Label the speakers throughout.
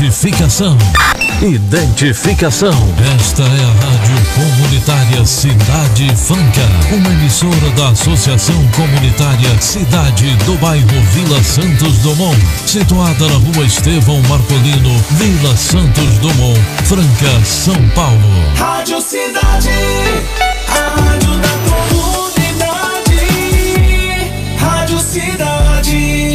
Speaker 1: Identificação. Identificação. Esta é a Rádio Comunitária Cidade Franca, uma emissora da Associação Comunitária Cidade do bairro Vila Santos Dumont, situada na rua Estevão Marcolino, Vila Santos Dumont, Franca, São Paulo.
Speaker 2: Rádio Cidade, a rádio da comunidade. Rádio Cidade.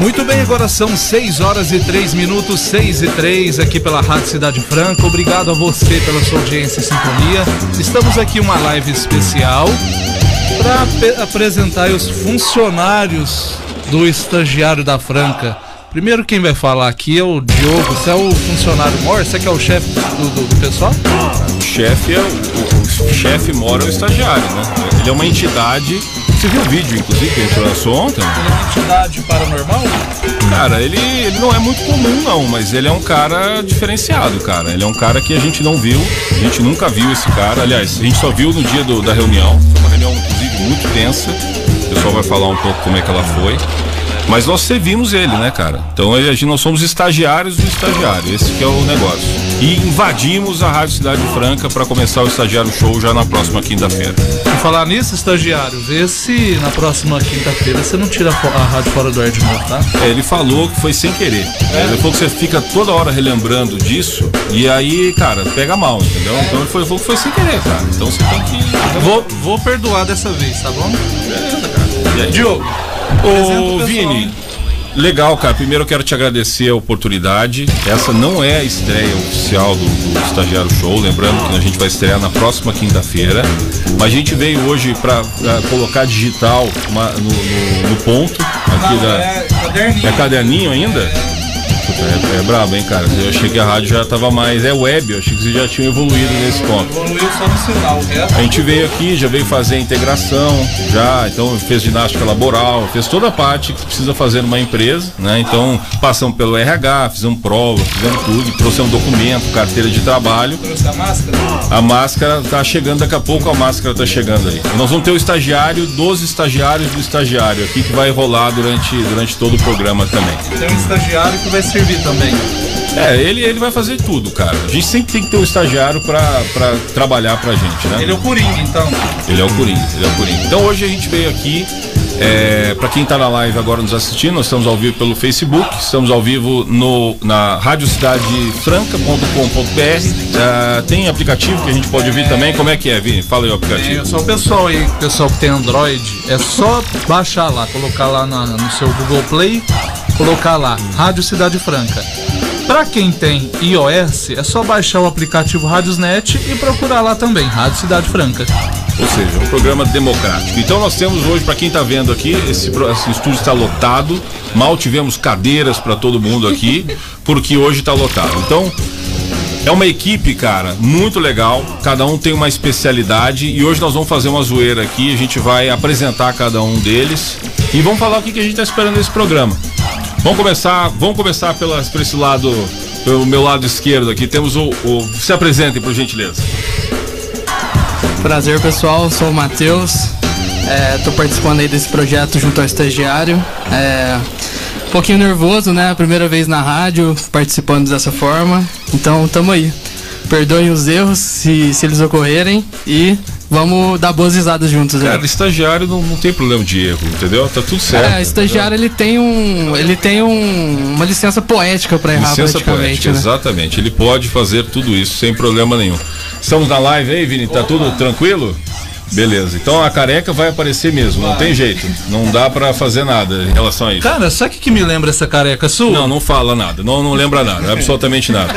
Speaker 3: Muito bem, agora são 6 horas e 3 minutos, 6 e 3 aqui pela Rádio Cidade Franca. Obrigado a você pela sua audiência e sintonia. Estamos aqui em uma live especial para apresentar os funcionários do Estagiário da Franca. Primeiro quem vai falar aqui é o Diogo, você é o funcionário maior, você que é o chefe do, do- do pessoal?
Speaker 4: O chefe é o, o- o chefe mora o estagiário, né? Ele é uma entidade. Você viu o vídeo, inclusive, que entrou assunto ontem?
Speaker 3: Entidade paranormal?
Speaker 4: Cara, ele, ele não é muito comum, não, mas ele é um cara diferenciado, cara. Ele é um cara que a gente não viu, a gente nunca viu esse cara. Aliás, a gente só viu no dia do- da reunião. Foi uma reunião, inclusive, muito tensa. O pessoal vai falar um pouco como é que ela foi. Mas nós servimos ele, né, cara? Então ele- a gente, nós somos estagiários do estagiário, esse que é o negócio. E invadimos a Rádio Cidade Franca para começar o estagiário show já na próxima quinta-feira.
Speaker 3: Por falar nisso, estagiário, vê se na próxima quinta-feira você não tira a fo- a rádio fora do ar de novo, tá?
Speaker 4: É, ele falou que foi sem querer. É. Ele falou que você fica toda hora relembrando disso e aí, cara, pega mal, entendeu? Então ele foi- falou que foi sem querer, cara. Então você tem que.
Speaker 3: Vou, vou perdoar dessa vez, tá bom?
Speaker 4: E aí?
Speaker 3: Diogo, apresenta o
Speaker 4: Ô,
Speaker 3: pessoal.
Speaker 4: Vini, legal, cara. Primeiro eu quero te agradecer a oportunidade. Essa não é a estreia oficial do, do Estagiário Show. Lembrando que a gente vai estrear na próxima quinta-feira. Mas a gente veio hoje para colocar digital uma- no, no- no ponto aqui da. É
Speaker 3: caderninho.
Speaker 4: caderninho ainda? Puta, É, é brabo, hein, cara? Eu achei que a rádio já tava mais. É web, eu achei que vocês já tinham evoluído nesse ponto.
Speaker 3: Evoluiu só no sinal, o resto.
Speaker 4: A gente veio aqui, já veio fazer a integração, já, então fez ginástica laboral, fez toda a parte que precisa fazer numa empresa, né? Então passamos pelo RH, fizemos prova, fizemos tudo, trouxemos documento, carteira de trabalho.
Speaker 3: Trouxe a máscara?
Speaker 4: A máscara tá chegando, daqui a pouco a máscara tá chegando aí. Nós vamos ter o estagiário dos estagiários do estagiário aqui que vai rolar durante, durante todo o programa também.
Speaker 3: Tem um estagiário que vai servir também.
Speaker 4: É, ele, ele vai fazer tudo, cara. A gente sempre tem que ter um estagiário pra, pra trabalhar pra gente, né?
Speaker 3: Ele é o Coringa, então.
Speaker 4: Ele é o Coringa, ele é o Coringa. Então hoje a gente veio aqui, é, para quem tá na live agora nos assistindo, nós estamos ao vivo pelo Facebook, estamos ao vivo no, na radiocidadefranca.com.br. Ah, tem aplicativo que a gente pode ouvir também. Como é que é, Vini? Fala aí o
Speaker 3: É
Speaker 4: aplicativo.
Speaker 3: só o pessoal aí, o pessoal que tem Android, é só baixar lá, colocar lá na- no seu Google Play, colocar lá, Rádio Cidade Franca. Pra quem tem iOS, é só baixar o aplicativo Radiosnet e procurar lá também, Rádio Cidade Franca.
Speaker 4: Ou seja, um programa democrático. Então nós temos hoje, para quem tá vendo aqui, esse, pro- esse estúdio está lotado. Mal tivemos cadeiras para todo mundo aqui, porque hoje tá lotado. Então, é uma equipe, cara, muito legal. Cada um tem uma especialidade e hoje nós vamos fazer uma zoeira aqui. A gente vai apresentar cada um deles e vamos falar o que, que a gente tá esperando nesse programa. Vamos começar, vamos começar pelas, por esse lado, pelo meu lado esquerdo aqui. Temos o, o se apresentem, por gentileza.
Speaker 5: Prazer pessoal, sou o Matheus. Estou participando aí desse projeto junto ao estagiário. É, um pouquinho nervoso, né? Primeira vez na rádio, participando dessa forma. Então tamo aí. Perdoem os erros se, se eles ocorrerem e vamos dar boas risadas juntos. né?
Speaker 4: Cara, estagiário não, não tem problema de erro, entendeu? Tá tudo certo.
Speaker 5: É, o estagiário ele tem um. ele tem um, uma licença poética pra errar
Speaker 4: Licença
Speaker 5: praticamente.
Speaker 4: poética,
Speaker 5: né?
Speaker 4: exatamente. Ele pode fazer tudo isso sem problema nenhum. Estamos na live aí, Vini? Tá tudo tranquilo? Beleza. Então a careca vai aparecer mesmo, não tem jeito. Não dá pra fazer nada em relação a isso.
Speaker 3: Cara, sabe o que, que me lembra essa careca sua?
Speaker 4: Não, não fala nada. Não, não lembra nada, absolutamente nada.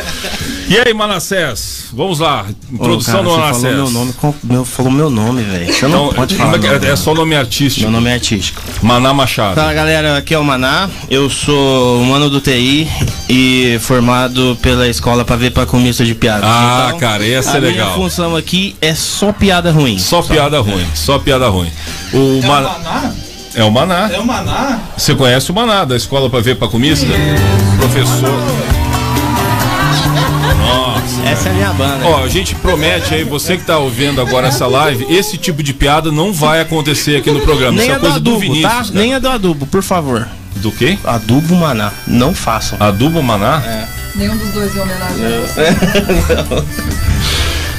Speaker 4: E aí, Manassés? Vamos lá. Introdução
Speaker 6: Ô, cara,
Speaker 4: do
Speaker 6: você falou
Speaker 4: Manassés.
Speaker 6: meu nome, com- meu- falou meu nome, velho. Você não
Speaker 4: Então,
Speaker 6: pode falar.
Speaker 4: como é que-
Speaker 6: não,
Speaker 4: é
Speaker 6: velho.
Speaker 4: só nome artístico.
Speaker 6: Meu nome é artístico.
Speaker 4: Maná Machado.
Speaker 6: Fala galera, aqui é o Maná. Eu sou humano do TI e formado pela escola para ver para comista de piada. Então,
Speaker 4: Ah, cara, essa
Speaker 6: a
Speaker 4: é
Speaker 6: Minha
Speaker 4: legal.
Speaker 6: função aqui é só piada ruim.
Speaker 4: Só piada ruim, só piada ruim. O é, Maná,
Speaker 3: Maná?
Speaker 4: é o Maná.
Speaker 3: o Maná?
Speaker 4: Você conhece o Maná da escola para ver para comista? Professor. Ó,
Speaker 3: Nossa.
Speaker 6: Essa é a minha banda.
Speaker 4: Ó, a gente promete aí, você que tá ouvindo agora essa live, esse tipo de piada não vai acontecer aqui no programa.
Speaker 6: Nem
Speaker 4: Isso
Speaker 6: a
Speaker 4: é
Speaker 6: do
Speaker 4: coisa do
Speaker 6: adubo,
Speaker 4: Vinícius.
Speaker 6: tá?
Speaker 4: cara.
Speaker 6: Nem a do adubo, por favor.
Speaker 4: Do quê?
Speaker 6: Adubo maná. Não façam.
Speaker 4: Adubo Maná?
Speaker 7: Nenhum dos dois é homenagem.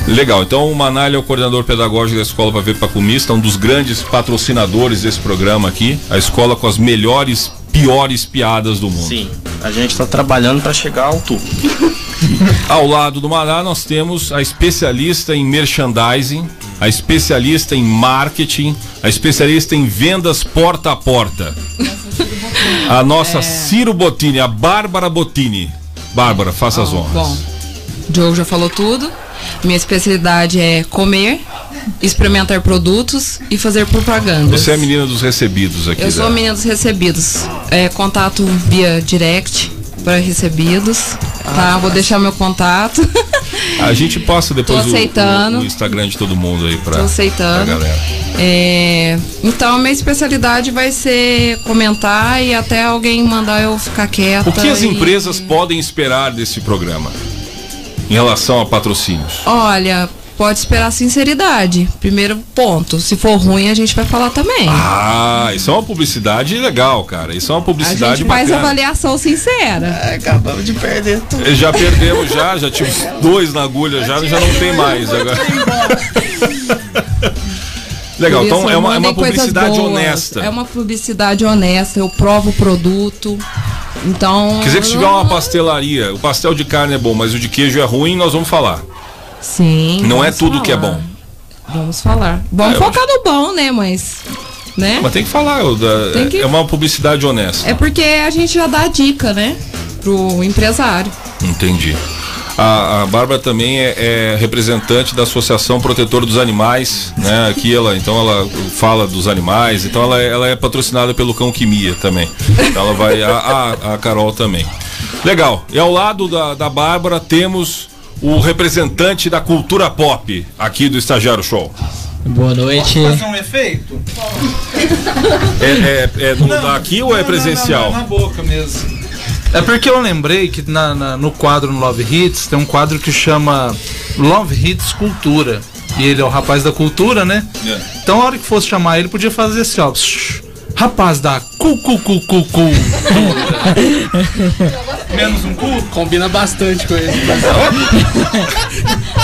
Speaker 4: Legal, então o Maná ele é o coordenador pedagógico da Escola Pavê Pacumista, um dos grandes patrocinadores desse programa aqui. A escola com as melhores, piores piadas do mundo.
Speaker 6: Sim. A gente tá trabalhando pra chegar ao tubo.
Speaker 4: Ao lado do Maná, nós temos a especialista em merchandising, a especialista em marketing, a especialista em vendas porta a porta. A nossa Ciro Bottini, a Bárbara Bottini. Bárbara, faça as honras.
Speaker 7: Ah, Bom, Joe já falou tudo. Minha especialidade é comer, experimentar produtos e fazer propaganda.
Speaker 4: Você é a menina dos recebidos aqui.
Speaker 7: Eu sou a
Speaker 4: né?
Speaker 7: menina dos recebidos. É, contato via direct para recebidos. tá, vou deixar meu contato.
Speaker 4: A gente passa depois
Speaker 7: Tô
Speaker 4: o-
Speaker 7: aceitando.
Speaker 4: O, o Instagram de todo mundo aí pra,
Speaker 7: Tô
Speaker 4: pra
Speaker 7: aceitando.
Speaker 4: tá, galera.
Speaker 7: É, então, minha especialidade vai ser comentar e até alguém mandar eu ficar quieta.
Speaker 4: O que as
Speaker 7: e-
Speaker 4: empresas podem esperar desse programa em relação a patrocínios?
Speaker 7: Olha, pode esperar sinceridade. Primeiro ponto. Se for ruim, a gente vai falar também.
Speaker 4: Ah, isso é uma publicidade legal, cara. Isso é uma
Speaker 7: a
Speaker 4: publicidade
Speaker 7: gente faz
Speaker 4: bacana. É,
Speaker 7: avaliação sincera.
Speaker 6: Acabamos de perder tudo.
Speaker 4: Já perdemos já, já tive dois na agulha, já, já não tem mais agora. Legal,
Speaker 7: Por isso,
Speaker 4: então é uma, é uma
Speaker 7: mandem coisas
Speaker 4: publicidade
Speaker 7: boas.
Speaker 4: honesta.
Speaker 7: É uma publicidade honesta. Eu provo o produto. Então.
Speaker 4: Quer dizer que se tiver uma pastelaria, o pastel de carne é bom, mas o de queijo é ruim, nós vamos falar.
Speaker 7: Sim.
Speaker 4: Não é
Speaker 7: vamos
Speaker 4: tudo que é
Speaker 7: falar.
Speaker 4: bom.
Speaker 7: Vamos falar. Vamos
Speaker 4: É,
Speaker 7: focar no bom, né? Mas. Né?
Speaker 4: Mas tem que falar, o da-
Speaker 7: Tem que-
Speaker 4: é uma publicidade honesta.
Speaker 7: É porque a gente já dá a dica, né? Pro empresário.
Speaker 4: Entendi. A, a Bárbara também é, é representante da Associação Protetora dos Animais, né? Aqui ela, então ela fala dos animais, então ela, é- ela é patrocinada pelo Cão Quimia também. Então ela vai, a, a- a Carol também. Legal. E ao lado da, da Bárbara temos o representante da cultura pop aqui do Estagiário Show.
Speaker 5: Boa noite.
Speaker 3: Fazer um efeito?
Speaker 4: É, é, é no- aqui ou é
Speaker 3: Não, não,
Speaker 4: presencial?
Speaker 3: não, é na boca mesmo. É porque eu lembrei que na- na- no quadro no Love Hits tem um quadro que chama Love Hits Cultura. E ele é o rapaz da cultura, né?
Speaker 4: É.
Speaker 3: Então a hora que fosse chamar ele, podia fazer assim, ó. "Shh, Rapaz da cu cu cu cu cu. Menos um cu?
Speaker 5: Combina bastante com ele.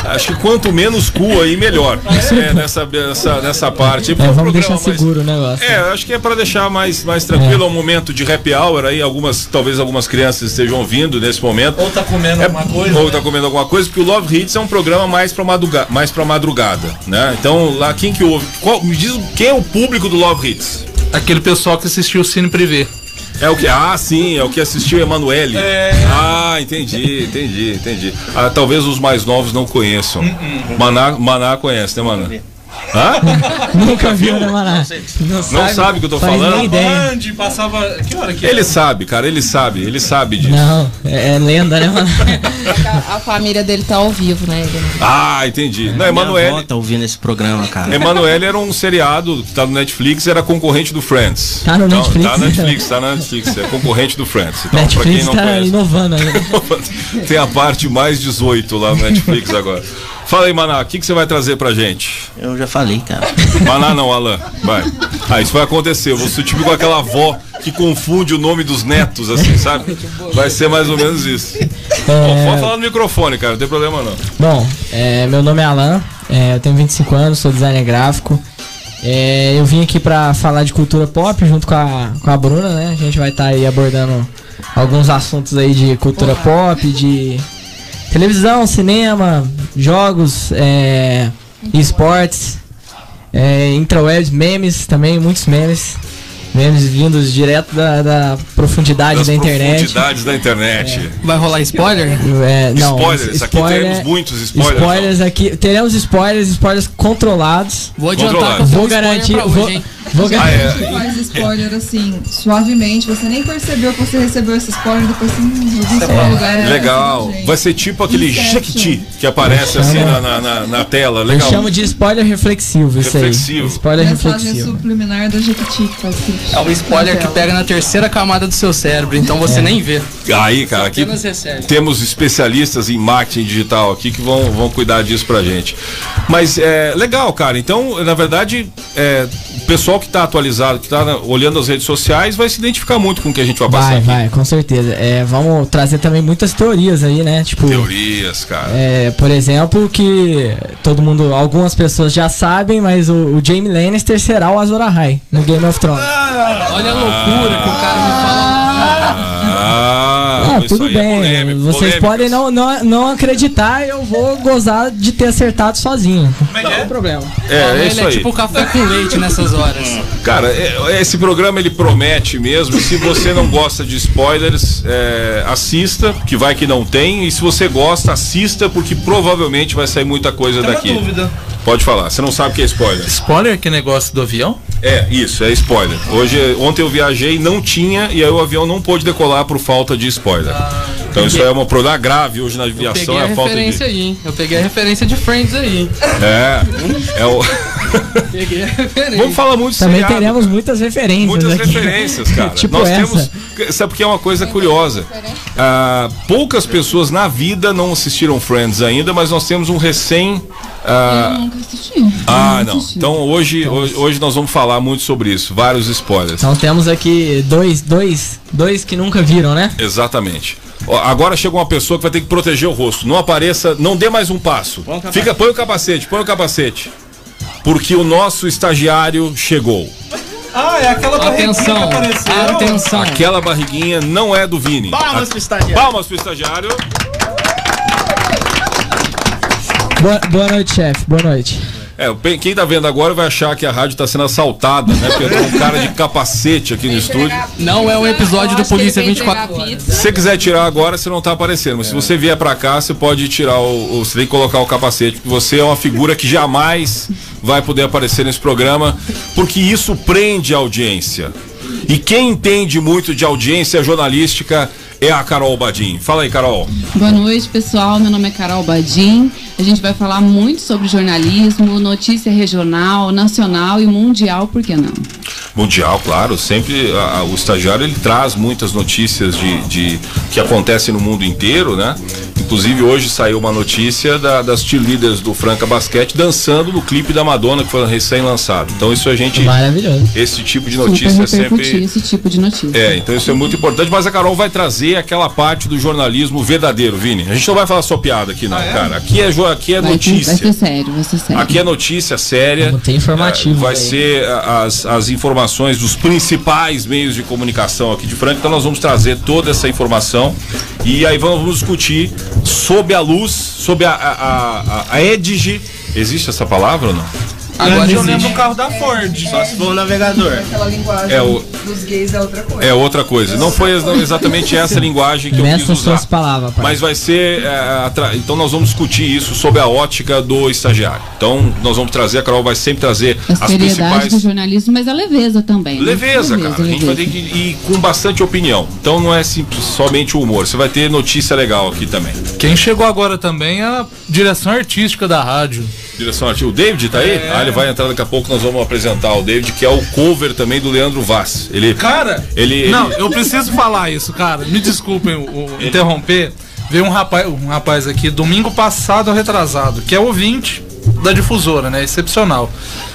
Speaker 4: Acho que quanto menos cu aí, melhor. Isso é nessa, nessa, nessa parte. Porque é
Speaker 8: vamos
Speaker 4: um programa
Speaker 8: deixar
Speaker 4: mais-
Speaker 8: seguro o negócio. né?
Speaker 4: É, eu acho que é para deixar mais, mais tranquilo, é um momento de happy hour aí, algumas, talvez algumas crianças estejam ouvindo nesse momento.
Speaker 3: Ou tá comendo alguma coisa? né?
Speaker 4: Ou tá comendo alguma coisa, porque o Love Hits é um programa mais pra, madruga mais pra madrugada, né? Então, lá, quem que ouve? Qual- me diz quem é o público do Love Hits?
Speaker 3: Aquele pessoal que assistiu o Cine Privé.
Speaker 4: É o que? Ah, sim, é o que assistiu Emanuele.
Speaker 3: É.
Speaker 4: Ah, entendi, entendi, entendi. Ah, talvez os mais novos não conheçam.
Speaker 3: Hum,
Speaker 4: Maná, Maná conhece, né, Maná? Hã?
Speaker 8: Nunca viu, né, Maná? Não
Speaker 4: Não sabe o que eu tô
Speaker 8: faz
Speaker 4: falando?
Speaker 8: nem ideia.
Speaker 3: Andy passava. Que hora que
Speaker 4: Ele sabe, cara, ele sabe, ele sabe disso.
Speaker 8: Não, é, é lenda, né, Maná?
Speaker 7: A, a família dele tá ao vivo, né? Ele-
Speaker 4: Ah, entendi. Não,
Speaker 6: Minha avó
Speaker 4: Emanuele.
Speaker 6: tá ouvindo esse programa, cara.
Speaker 4: Emanuele era um seriado que tá no Netflix, era concorrente do Friends.
Speaker 8: Tá no
Speaker 4: Então,
Speaker 8: Netflix,
Speaker 4: Tá no
Speaker 8: então.
Speaker 4: Netflix, tá na Netflix, é concorrente do Friends. Então, pra quem
Speaker 8: Netflix
Speaker 4: não
Speaker 8: tá
Speaker 4: conhece,
Speaker 8: inovando aí.
Speaker 4: tem a parte mais 18 lá no Netflix agora. Fala aí, Maná, o que, que você vai trazer pra gente?
Speaker 6: Eu já falei, cara.
Speaker 4: Maná não, Alan. Vai. Ah, isso vai acontecer. Eu vou ser tipo com aquela avó que confunde o nome dos netos, assim, sabe? Vai ser mais ou menos
Speaker 8: É.
Speaker 4: isso. Ó, pode falar no microfone, cara, não tem problema não.
Speaker 8: Bom, é, meu nome é Alan, é, eu tenho 25 anos, sou designer gráfico. É, eu vim aqui pra falar de cultura pop junto com a, com a Bruna, né? A gente vai estar aí abordando alguns assuntos aí de cultura pop, de televisão, cinema, jogos, é,
Speaker 4: Então
Speaker 8: esportes, é, intrawebs, memes também, muitos memes. Memes vindos direto da, da profundidade
Speaker 4: Das
Speaker 8: da internet.
Speaker 4: profundidades da internet.
Speaker 5: Vai rolar spoiler?
Speaker 8: É, não,
Speaker 4: spoilers,
Speaker 8: es-
Speaker 4: aqui teremos muitos spoilers.
Speaker 8: Spoilers aqui, teremos spoilers, spoilers controlados.
Speaker 5: Vou adiantar que eu
Speaker 4: Controlado.
Speaker 5: tenho
Speaker 8: Vou
Speaker 5: um spoiler
Speaker 8: garantir,
Speaker 5: pra
Speaker 8: vou,
Speaker 5: hoje, hein?
Speaker 8: Vou
Speaker 4: Ah,
Speaker 8: ganhar.
Speaker 4: é.
Speaker 9: Faz spoiler assim, suavemente, você nem percebeu que você recebeu esse spoiler, depois você "Hum, não viu qual lugar era,
Speaker 4: Legal.
Speaker 9: gente.
Speaker 4: Vai ser tipo aquele
Speaker 8: é
Speaker 9: Inception.
Speaker 4: Jequiti que aparece assim na, na, na- na tela.
Speaker 8: Eu
Speaker 4: Legal.
Speaker 8: chamo de spoiler reflexivo isso
Speaker 4: Reflexivo.
Speaker 8: aí. Spoiler
Speaker 9: Mensagem
Speaker 8: reflexivo.
Speaker 9: subliminar da Jequiti que faz isso.
Speaker 5: É um spoiler que
Speaker 8: Então.
Speaker 5: pega na terceira camada do seu cérebro, então
Speaker 8: É.
Speaker 5: você nem vê.
Speaker 4: Aí, cara, aqui
Speaker 5: Apenas recebe.
Speaker 4: temos especialistas em marketing digital aqui que vão, vão cuidar disso pra gente. Mas é legal, cara. Então, na verdade, é, o pessoal que tá atualizado, que tá na- olhando as redes sociais, vai se identificar muito com o que a gente vai passar
Speaker 8: Vai,
Speaker 4: aqui.
Speaker 8: vai, com certeza. É, vamos trazer também muitas teorias aí, né? Tipo,
Speaker 4: Teorias, cara.
Speaker 8: É, por exemplo, que todo mundo, algumas pessoas já sabem, mas o, o Jaime Lannister será o Azor Ahai no Game of Thrones.
Speaker 5: Olha a loucura que o cara me fala.
Speaker 8: Ah,
Speaker 4: Ah, isso
Speaker 8: tudo
Speaker 4: aí
Speaker 8: bem.
Speaker 4: é polêmico,
Speaker 8: Vocês
Speaker 4: polêmicas.
Speaker 8: podem não, não, não acreditar, eu vou gozar de ter acertado sozinho. Não tem problema. né?
Speaker 4: É, é
Speaker 5: Ele
Speaker 4: isso
Speaker 5: é
Speaker 4: aí.
Speaker 5: tipo café com leite nessas horas.
Speaker 4: Cara, é- esse programa ele promete mesmo. Se você não gosta de spoilers, é, assista, que vai que não tem. E se você gosta, assista, porque provavelmente vai sair muita coisa daqui.
Speaker 3: dúvida.
Speaker 4: Pode falar, você não sabe o que é spoiler.
Speaker 3: Spoiler que negócio do avião?
Speaker 4: É, isso, é spoiler. Hoje, ontem eu viajei, não tinha, e aí o avião não pôde decolar por falta de spoiler. Então isso é uma problema grave hoje na
Speaker 5: Peguei
Speaker 4: aviação,
Speaker 5: a
Speaker 4: é a falta de.
Speaker 5: referência aí, hein? Eu peguei a referência de Friends aí.
Speaker 4: É, é o...
Speaker 5: Peguei a referência.
Speaker 4: Vamos falar muito de
Speaker 8: Também
Speaker 4: seriado,
Speaker 8: teremos muitas referências.
Speaker 4: Muitas
Speaker 8: aqui.
Speaker 4: referências, cara.
Speaker 8: tipo
Speaker 4: Nós
Speaker 8: essa.
Speaker 4: temos. Sabe porque é uma coisa curiosa? Ah, poucas pessoas na vida não assistiram Friends ainda, mas nós temos um recém. ah,
Speaker 9: Eu nunca assisti. eu
Speaker 4: ah,
Speaker 9: nunca
Speaker 4: não.
Speaker 9: assisti.
Speaker 4: Então hoje, hoje, hoje nós vamos falar muito sobre isso. Vários spoilers.
Speaker 8: Então temos aqui dois, dois, dois que nunca viram, né?
Speaker 4: Exatamente. Ó, Agora chegou uma pessoa que vai ter que proteger o rosto. Não apareça, não dê mais um passo. Fica, põe o capacete, põe o capacete. Porque o nosso estagiário chegou.
Speaker 3: Ah, é aquela barriguinha que
Speaker 5: Atenção,
Speaker 3: apareceu.
Speaker 5: atenção.
Speaker 4: Aquela barriguinha não é do Vini.
Speaker 6: Palmas pro estagiário.
Speaker 4: Palmas pro estagiário.
Speaker 8: Boa, boa noite, chefe. Boa noite.
Speaker 4: É, pe- quem tá vendo agora vai achar que a rádio tá sendo assaltada, né? Porque tem um cara de capacete aqui no estúdio.
Speaker 5: Não é um episódio do Polícia 24 horas.
Speaker 4: Se você quiser tirar agora, você não tá aparecendo. Mas se você vier pra cá, você pode tirar o, o- Você tem que colocar o capacete, porque você é uma figura que jamais vai poder aparecer nesse programa, porque isso prende a audiência. E quem entende muito de audiência jornalística é a Carol Badim. Fala aí, Carol.
Speaker 10: Boa noite, pessoal. Meu nome é Carol Badim. A gente vai falar muito sobre jornalismo, notícia regional, nacional e mundial, por que não?
Speaker 4: Mundial, claro, sempre a- a- o estagiário ele traz muitas notícias de, de- que acontecem no mundo inteiro, né? Inclusive hoje saiu uma notícia da- das cheerleaders do Franca Basquete dançando no clipe da Madonna que foi recém-lançado. Então isso a gente,
Speaker 8: Maravilhoso.
Speaker 4: esse tipo de
Speaker 10: Super
Speaker 4: notícia é
Speaker 10: repercutir
Speaker 4: sempre
Speaker 10: esse tipo de notícia.
Speaker 4: é, então isso é muito importante, mas a Carol vai trazer aquela parte do jornalismo verdadeiro, Vini. A gente não vai falar só piada aqui não, cara. Aqui é jo- aqui é
Speaker 10: vai, ter- vai
Speaker 4: notícia.
Speaker 10: ser sério, vai ser sério.
Speaker 4: Aqui é notícia séria.
Speaker 8: Não tem informativo,
Speaker 4: É, Vai
Speaker 8: velho.
Speaker 4: ser a- as, as informações dos principais meios de comunicação aqui de Franca. Então nós vamos trazer toda essa informação e aí vamos, vamos discutir sob a luz, sob a, a, a, a- a EDG. Existe essa palavra ou não?
Speaker 5: Agora
Speaker 3: Eu
Speaker 5: existe.
Speaker 3: lembro o carro da Ford.
Speaker 6: Só se for o navegador.
Speaker 9: Aquela linguagem
Speaker 4: É o-
Speaker 9: dos gays é outra coisa.
Speaker 4: É outra coisa. Não foi não exatamente essa linguagem que eu quis
Speaker 8: Nessas
Speaker 4: usar.
Speaker 8: suas palavras, pai.
Speaker 4: Mas vai ser. é, atra- Então nós vamos discutir isso sob a ótica do estagiário. Então nós vamos trazer, a Carol vai sempre trazer
Speaker 10: A
Speaker 4: as
Speaker 10: seriedade
Speaker 4: principais.
Speaker 10: do jornalismo, mas a leveza também. né?
Speaker 4: Leveza, cara. A gente vai ter que ir com bastante opinião. Então não é simples, somente o humor. Você vai ter notícia legal aqui também.
Speaker 3: Quem chegou agora também é a direção artística da rádio.
Speaker 4: Direção artística. O David tá aí?
Speaker 3: É.
Speaker 4: Ah, ele vai entrar daqui a pouco, nós vamos apresentar o David, que é o cover também do Leandro Vaz. Ele.
Speaker 3: Cara,
Speaker 4: Ele-
Speaker 3: Não,
Speaker 4: ele-
Speaker 3: eu preciso falar isso, cara. Me desculpem o, o interromper. Veio um rapaz, um rapaz aqui, domingo passado ou retrasado, que é ouvinte da difusora, né? Excepcional.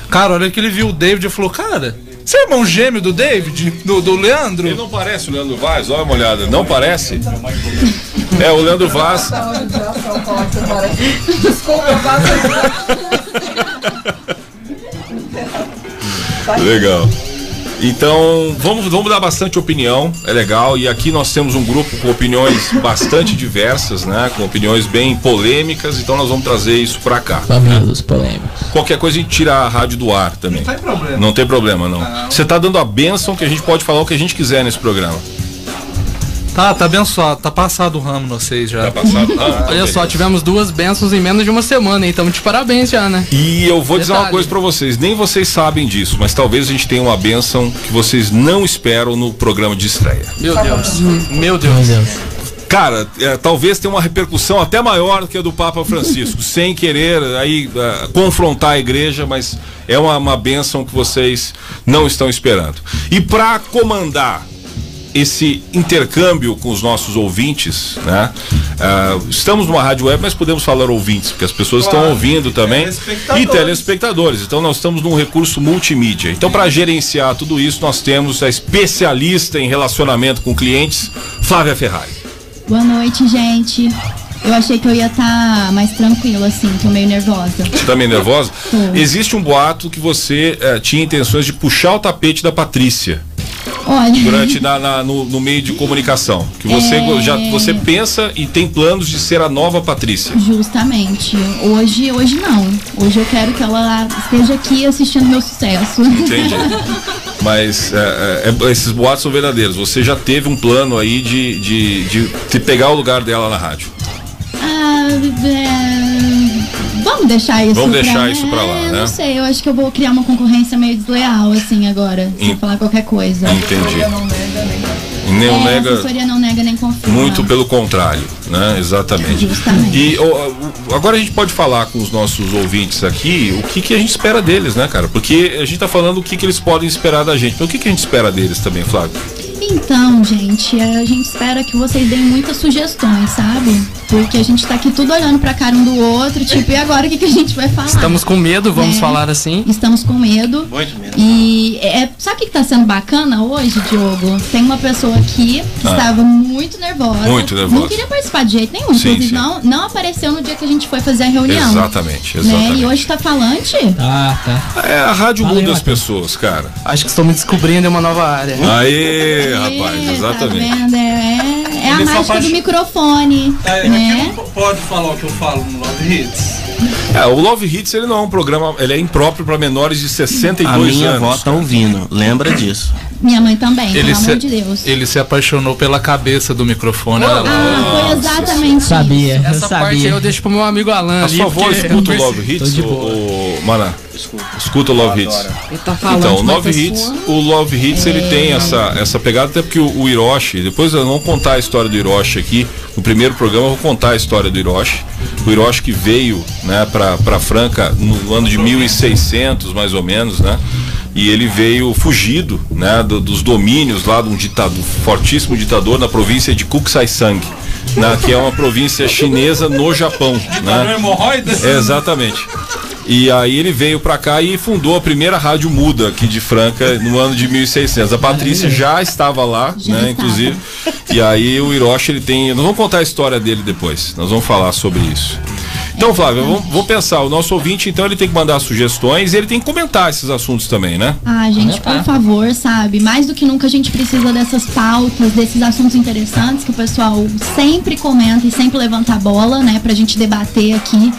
Speaker 3: Cara, olha que ele viu o David e falou: Cara, você é irmão gêmeo do David? Do, do
Speaker 4: Ele
Speaker 3: Leandro?
Speaker 4: não parece o Leandro Vaz, olha uma olhada. Não parece? É, o Leandro Vaz.
Speaker 9: Tá onde já só falar que você parece. Desculpa, eu faço
Speaker 4: Legal. Então, vamos, vamos dar bastante opinião, é legal. E aqui nós temos um grupo com opiniões bastante diversas, né? Com opiniões bem polêmicas, então nós vamos trazer isso pra cá.
Speaker 8: Mamilos polêmicos.
Speaker 4: Qualquer coisa a gente tira a rádio do ar também. Não
Speaker 3: tem problema.
Speaker 4: Não tem problema, não. Você tá dando a benção que a gente pode falar o que a gente quiser nesse programa.
Speaker 3: Tá, tá abençoado, tá passado o ramo em vocês já.
Speaker 4: Tá passado o ramo?
Speaker 5: Olha só, tivemos duas bênçãos em menos de uma semana, então de parabéns já, né?
Speaker 4: E eu vou dizer uma
Speaker 5: Detalhe.
Speaker 4: coisa pra vocês, nem vocês sabem disso, mas talvez a gente tenha uma benção que vocês não esperam no programa de estreia.
Speaker 5: Meu Deus. Hum. Meu Deus. Meu Deus.
Speaker 4: Cara, é, talvez tenha uma repercussão até maior do que a do Papa Francisco, sem querer aí é, confrontar a igreja, mas é uma, uma bênção que vocês não estão esperando. E para comandar esse intercâmbio com os nossos ouvintes, né? Ah, estamos numa rádio web, mas podemos falar ouvintes, porque as pessoas estão
Speaker 3: Claro.
Speaker 4: ouvindo também
Speaker 3: Telespectadores.
Speaker 4: e telespectadores. Então nós estamos num recurso multimídia. Então para gerenciar tudo isso, nós temos a especialista em relacionamento com clientes, Flávia Ferrari.
Speaker 11: Boa noite, gente. Eu achei que eu ia estar mais tranquila, assim, tô meio nervosa.
Speaker 4: Você tá meio nervosa?
Speaker 11: Tô.
Speaker 4: Existe um boato que você eh, tinha intenções de puxar o tapete da Patrícia
Speaker 11: Olha.
Speaker 4: durante na, na- no, no meio de comunicação. Que você
Speaker 11: É.
Speaker 4: já você pensa e tem planos de ser a nova Patrícia.
Speaker 11: Justamente. Hoje, hoje não. Hoje eu quero que ela esteja aqui assistindo meu sucesso.
Speaker 4: Entendi. Mas eh, eh, é- esses boatos são verdadeiros. Você já teve um plano aí de, de, de, te pegar o lugar dela na rádio.
Speaker 11: Ah, é, Vamos deixar isso
Speaker 4: Vamos
Speaker 11: pra-
Speaker 4: deixar isso pra lá,
Speaker 11: É, eu
Speaker 4: né?
Speaker 11: Não sei, eu acho que eu vou criar uma concorrência meio desleal, assim, agora. Se eu
Speaker 4: Hum.
Speaker 11: falar qualquer coisa.
Speaker 4: Entendi.
Speaker 11: É,
Speaker 4: Nenhum
Speaker 11: a
Speaker 4: nega.
Speaker 11: assessoria não nega nem confirma.
Speaker 4: Muito pelo contrário, né? Exatamente.
Speaker 11: Justamente.
Speaker 4: E ó, o- agora a gente pode falar com os nossos ouvintes aqui o que, que a gente espera deles, né, cara? Porque a gente tá falando o que, que eles podem esperar da gente. Mas o que, que a gente espera deles também, Flávio?
Speaker 11: Então, gente, a gente espera que vocês deem muitas sugestões, sabe? Porque a gente tá aqui tudo olhando pra cara um do outro, tipo, e agora o que, que a gente vai falar?
Speaker 5: Estamos com medo, vamos
Speaker 11: É.
Speaker 5: falar assim.
Speaker 11: Estamos com medo. E é, sabe o que que tá sendo bacana hoje, Diogo? Tem uma pessoa aqui que
Speaker 4: Ah.
Speaker 11: estava muito nervosa.
Speaker 4: Muito nervosa.
Speaker 11: Não queria participar de jeito nenhum.
Speaker 4: Sim,
Speaker 11: inclusive,
Speaker 4: sim.
Speaker 11: Não, não apareceu no dia que a gente foi fazer a reunião.
Speaker 4: Exatamente,
Speaker 11: Né?
Speaker 4: exatamente.
Speaker 11: E hoje tá falante?
Speaker 5: Ah, tá.
Speaker 4: É, a rádio
Speaker 5: Valeu,
Speaker 4: muda as
Speaker 5: Matheus.
Speaker 4: pessoas, cara.
Speaker 5: Acho que estou me descobrindo em uma nova área.
Speaker 4: Aê, É, rapaz,
Speaker 11: Tá
Speaker 4: exatamente.
Speaker 11: vendo? É, é a
Speaker 3: Ele só
Speaker 11: mágica
Speaker 3: faz-
Speaker 11: do microfone.
Speaker 3: É,
Speaker 11: né?
Speaker 3: aqui não pode falar o que eu falo no Love Hits.
Speaker 4: É, o Love Hits ele não é um programa, ele é impróprio para menores de 62
Speaker 6: A minha
Speaker 4: anos.
Speaker 6: avó tá ouvindo, lembra disso.
Speaker 11: Minha mãe também,
Speaker 3: Ele
Speaker 11: pelo
Speaker 3: se,
Speaker 11: amor de Deus.
Speaker 3: ele se apaixonou pela cabeça do microfone. olha lá.
Speaker 11: Ah, foi exatamente isso.
Speaker 8: Sabia, eu
Speaker 5: Essa parte aí
Speaker 8: sabia.
Speaker 5: eu deixo pro meu amigo Alan.
Speaker 4: A
Speaker 5: ali,
Speaker 4: sua avó
Speaker 5: porque
Speaker 4: escuta
Speaker 5: eu
Speaker 4: o Love
Speaker 5: percebi.
Speaker 4: Hits,
Speaker 5: Tô de
Speaker 4: o,
Speaker 5: boa.
Speaker 4: o Maná? Escuta o Love Hits.
Speaker 7: Ele tá falando
Speaker 4: então,
Speaker 7: de
Speaker 4: o
Speaker 7: uma
Speaker 4: Love
Speaker 7: pessoa-
Speaker 4: Hits, o Love Hits ele tem essa, essa pegada, até porque o, o Hiroshi, depois eu não contar a história do Hiroshi aqui, no primeiro programa eu vou contar a história do Hiroshi. O Hiroshi que veio, né, pra, pra Franca no ano de 1600, mais ou menos, né? E ele veio fugido, né, do- dos domínios lá de um ditado, fortíssimo ditador na província de Kuksai-sang, né, que é uma província chinesa no Japão, né?
Speaker 3: hemorroidas?
Speaker 4: É, Exatamente. E aí ele veio pra cá e fundou a primeira rádio muda aqui de Franca no ano de 1600. A Patrícia já estava lá,
Speaker 11: Já
Speaker 4: né,
Speaker 11: estava.
Speaker 4: inclusive. E aí o Hiroshi ele tem, nós vamos contar a história dele depois. Nós vamos falar sobre isso. Então, Flávio, vamos, vamos pensar, o nosso ouvinte então ele tem que mandar sugestões e ele tem que comentar esses assuntos também, né?
Speaker 11: Ah, gente, por favor, sabe? Mais do que nunca a gente precisa dessas pautas, desses assuntos interessantes que o pessoal sempre comenta e sempre levanta a bola, né? Pra gente debater aqui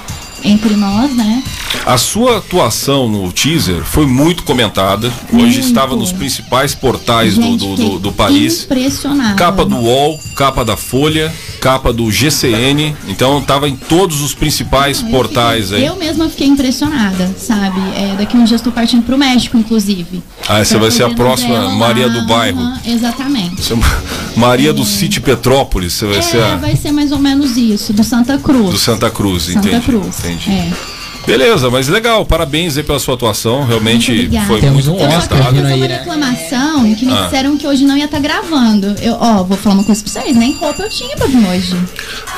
Speaker 11: entre nós, né?
Speaker 4: A sua atuação no teaser foi muito comentada. Hoje
Speaker 11: Muito.
Speaker 4: estava nos principais portais do, do, do- do país.
Speaker 11: Impressionado.
Speaker 4: Capa do UOL, capa da Folha, capa do GCN. Então tava em todos os principais portais aí.
Speaker 11: Eu mesma fiquei impressionada, sabe? É, daqui uns dias estou partindo pro México, inclusive.
Speaker 4: Ah, você
Speaker 11: Pra
Speaker 4: vai ser a
Speaker 11: fazer
Speaker 4: próxima
Speaker 11: novela
Speaker 4: Maria
Speaker 11: lá,
Speaker 4: do Bairro.
Speaker 11: aham, Exatamente.
Speaker 4: Você é Ma- Maria do City Petrópolis, você vai
Speaker 11: é,
Speaker 4: ser a
Speaker 11: vai ser mais ou menos isso, do Santa Cruz.
Speaker 4: do Santa Cruz,
Speaker 11: Santa
Speaker 4: entendi.
Speaker 11: Cruz.
Speaker 4: entendi.
Speaker 11: É.
Speaker 4: Beleza, mas legal, parabéns aí pela sua atuação. Realmente
Speaker 11: Obrigada.
Speaker 4: foi
Speaker 8: Temos
Speaker 4: muito
Speaker 8: um
Speaker 11: Eu só
Speaker 8: Oscar
Speaker 11: quero
Speaker 4: comentada.
Speaker 8: vindo
Speaker 11: fazer
Speaker 8: aí,
Speaker 11: uma
Speaker 8: né?
Speaker 11: reclamação que me
Speaker 4: Ah.
Speaker 11: disseram que hoje não ia estar gravando. Eu, ó, vou falar uma coisa pra vocês, nem roupa eu tinha pra vir hoje.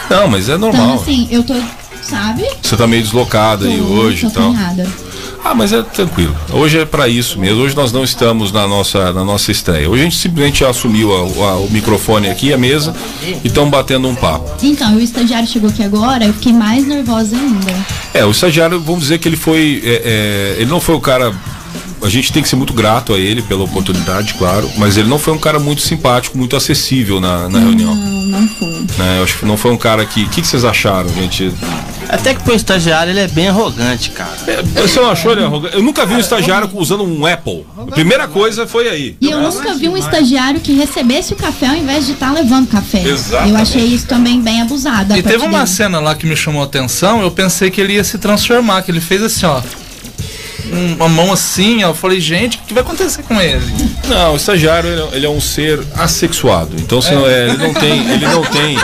Speaker 4: Não, mas é
Speaker 11: Então,
Speaker 4: normal.
Speaker 11: assim, eu tô, sabe?
Speaker 4: Você tá meio deslocada aí
Speaker 11: Tô-
Speaker 4: hoje
Speaker 11: tô
Speaker 4: e tal.
Speaker 11: acanhada.
Speaker 4: Ah, mas é tranquilo. Hoje é pra isso mesmo. Hoje nós não estamos na nossa, na nossa estreia. Hoje a gente simplesmente assumiu a- a- o microfone aqui, a mesa, e estamos batendo um papo.
Speaker 11: Então, e o estagiário chegou aqui agora, eu fiquei mais nervosa ainda.
Speaker 4: É, o estagiário, vamos dizer que ele foi. é, é, ele não foi o cara. A gente tem que ser muito grato a ele pela oportunidade, claro, mas ele não foi um cara muito simpático, muito acessível na, na reunião.
Speaker 11: Não, não foi.
Speaker 4: né? Eu acho que não foi um cara que. O que, que vocês acharam, gente?
Speaker 6: Até que pro estagiário ele é bem arrogante, cara.
Speaker 4: É, Você não achou ele arrogante? Eu nunca vi um estagiário usando um Apple. A primeira coisa foi aí.
Speaker 11: E eu nunca vi um estagiário que recebesse o café ao invés de estar levando café.
Speaker 3: Exatamente.
Speaker 11: Eu achei isso também bem abusado. da
Speaker 3: E teve
Speaker 11: parte
Speaker 3: uma
Speaker 11: dele.
Speaker 3: cena lá que me chamou a atenção, eu pensei que ele ia se transformar, que ele fez assim, ó. um- Uma mão assim, ó. Eu falei, gente, o que vai acontecer com ele?
Speaker 4: Não, o estagiário ele é- ele é um ser assexuado. Então se não- é, ele não tem, ele não tem.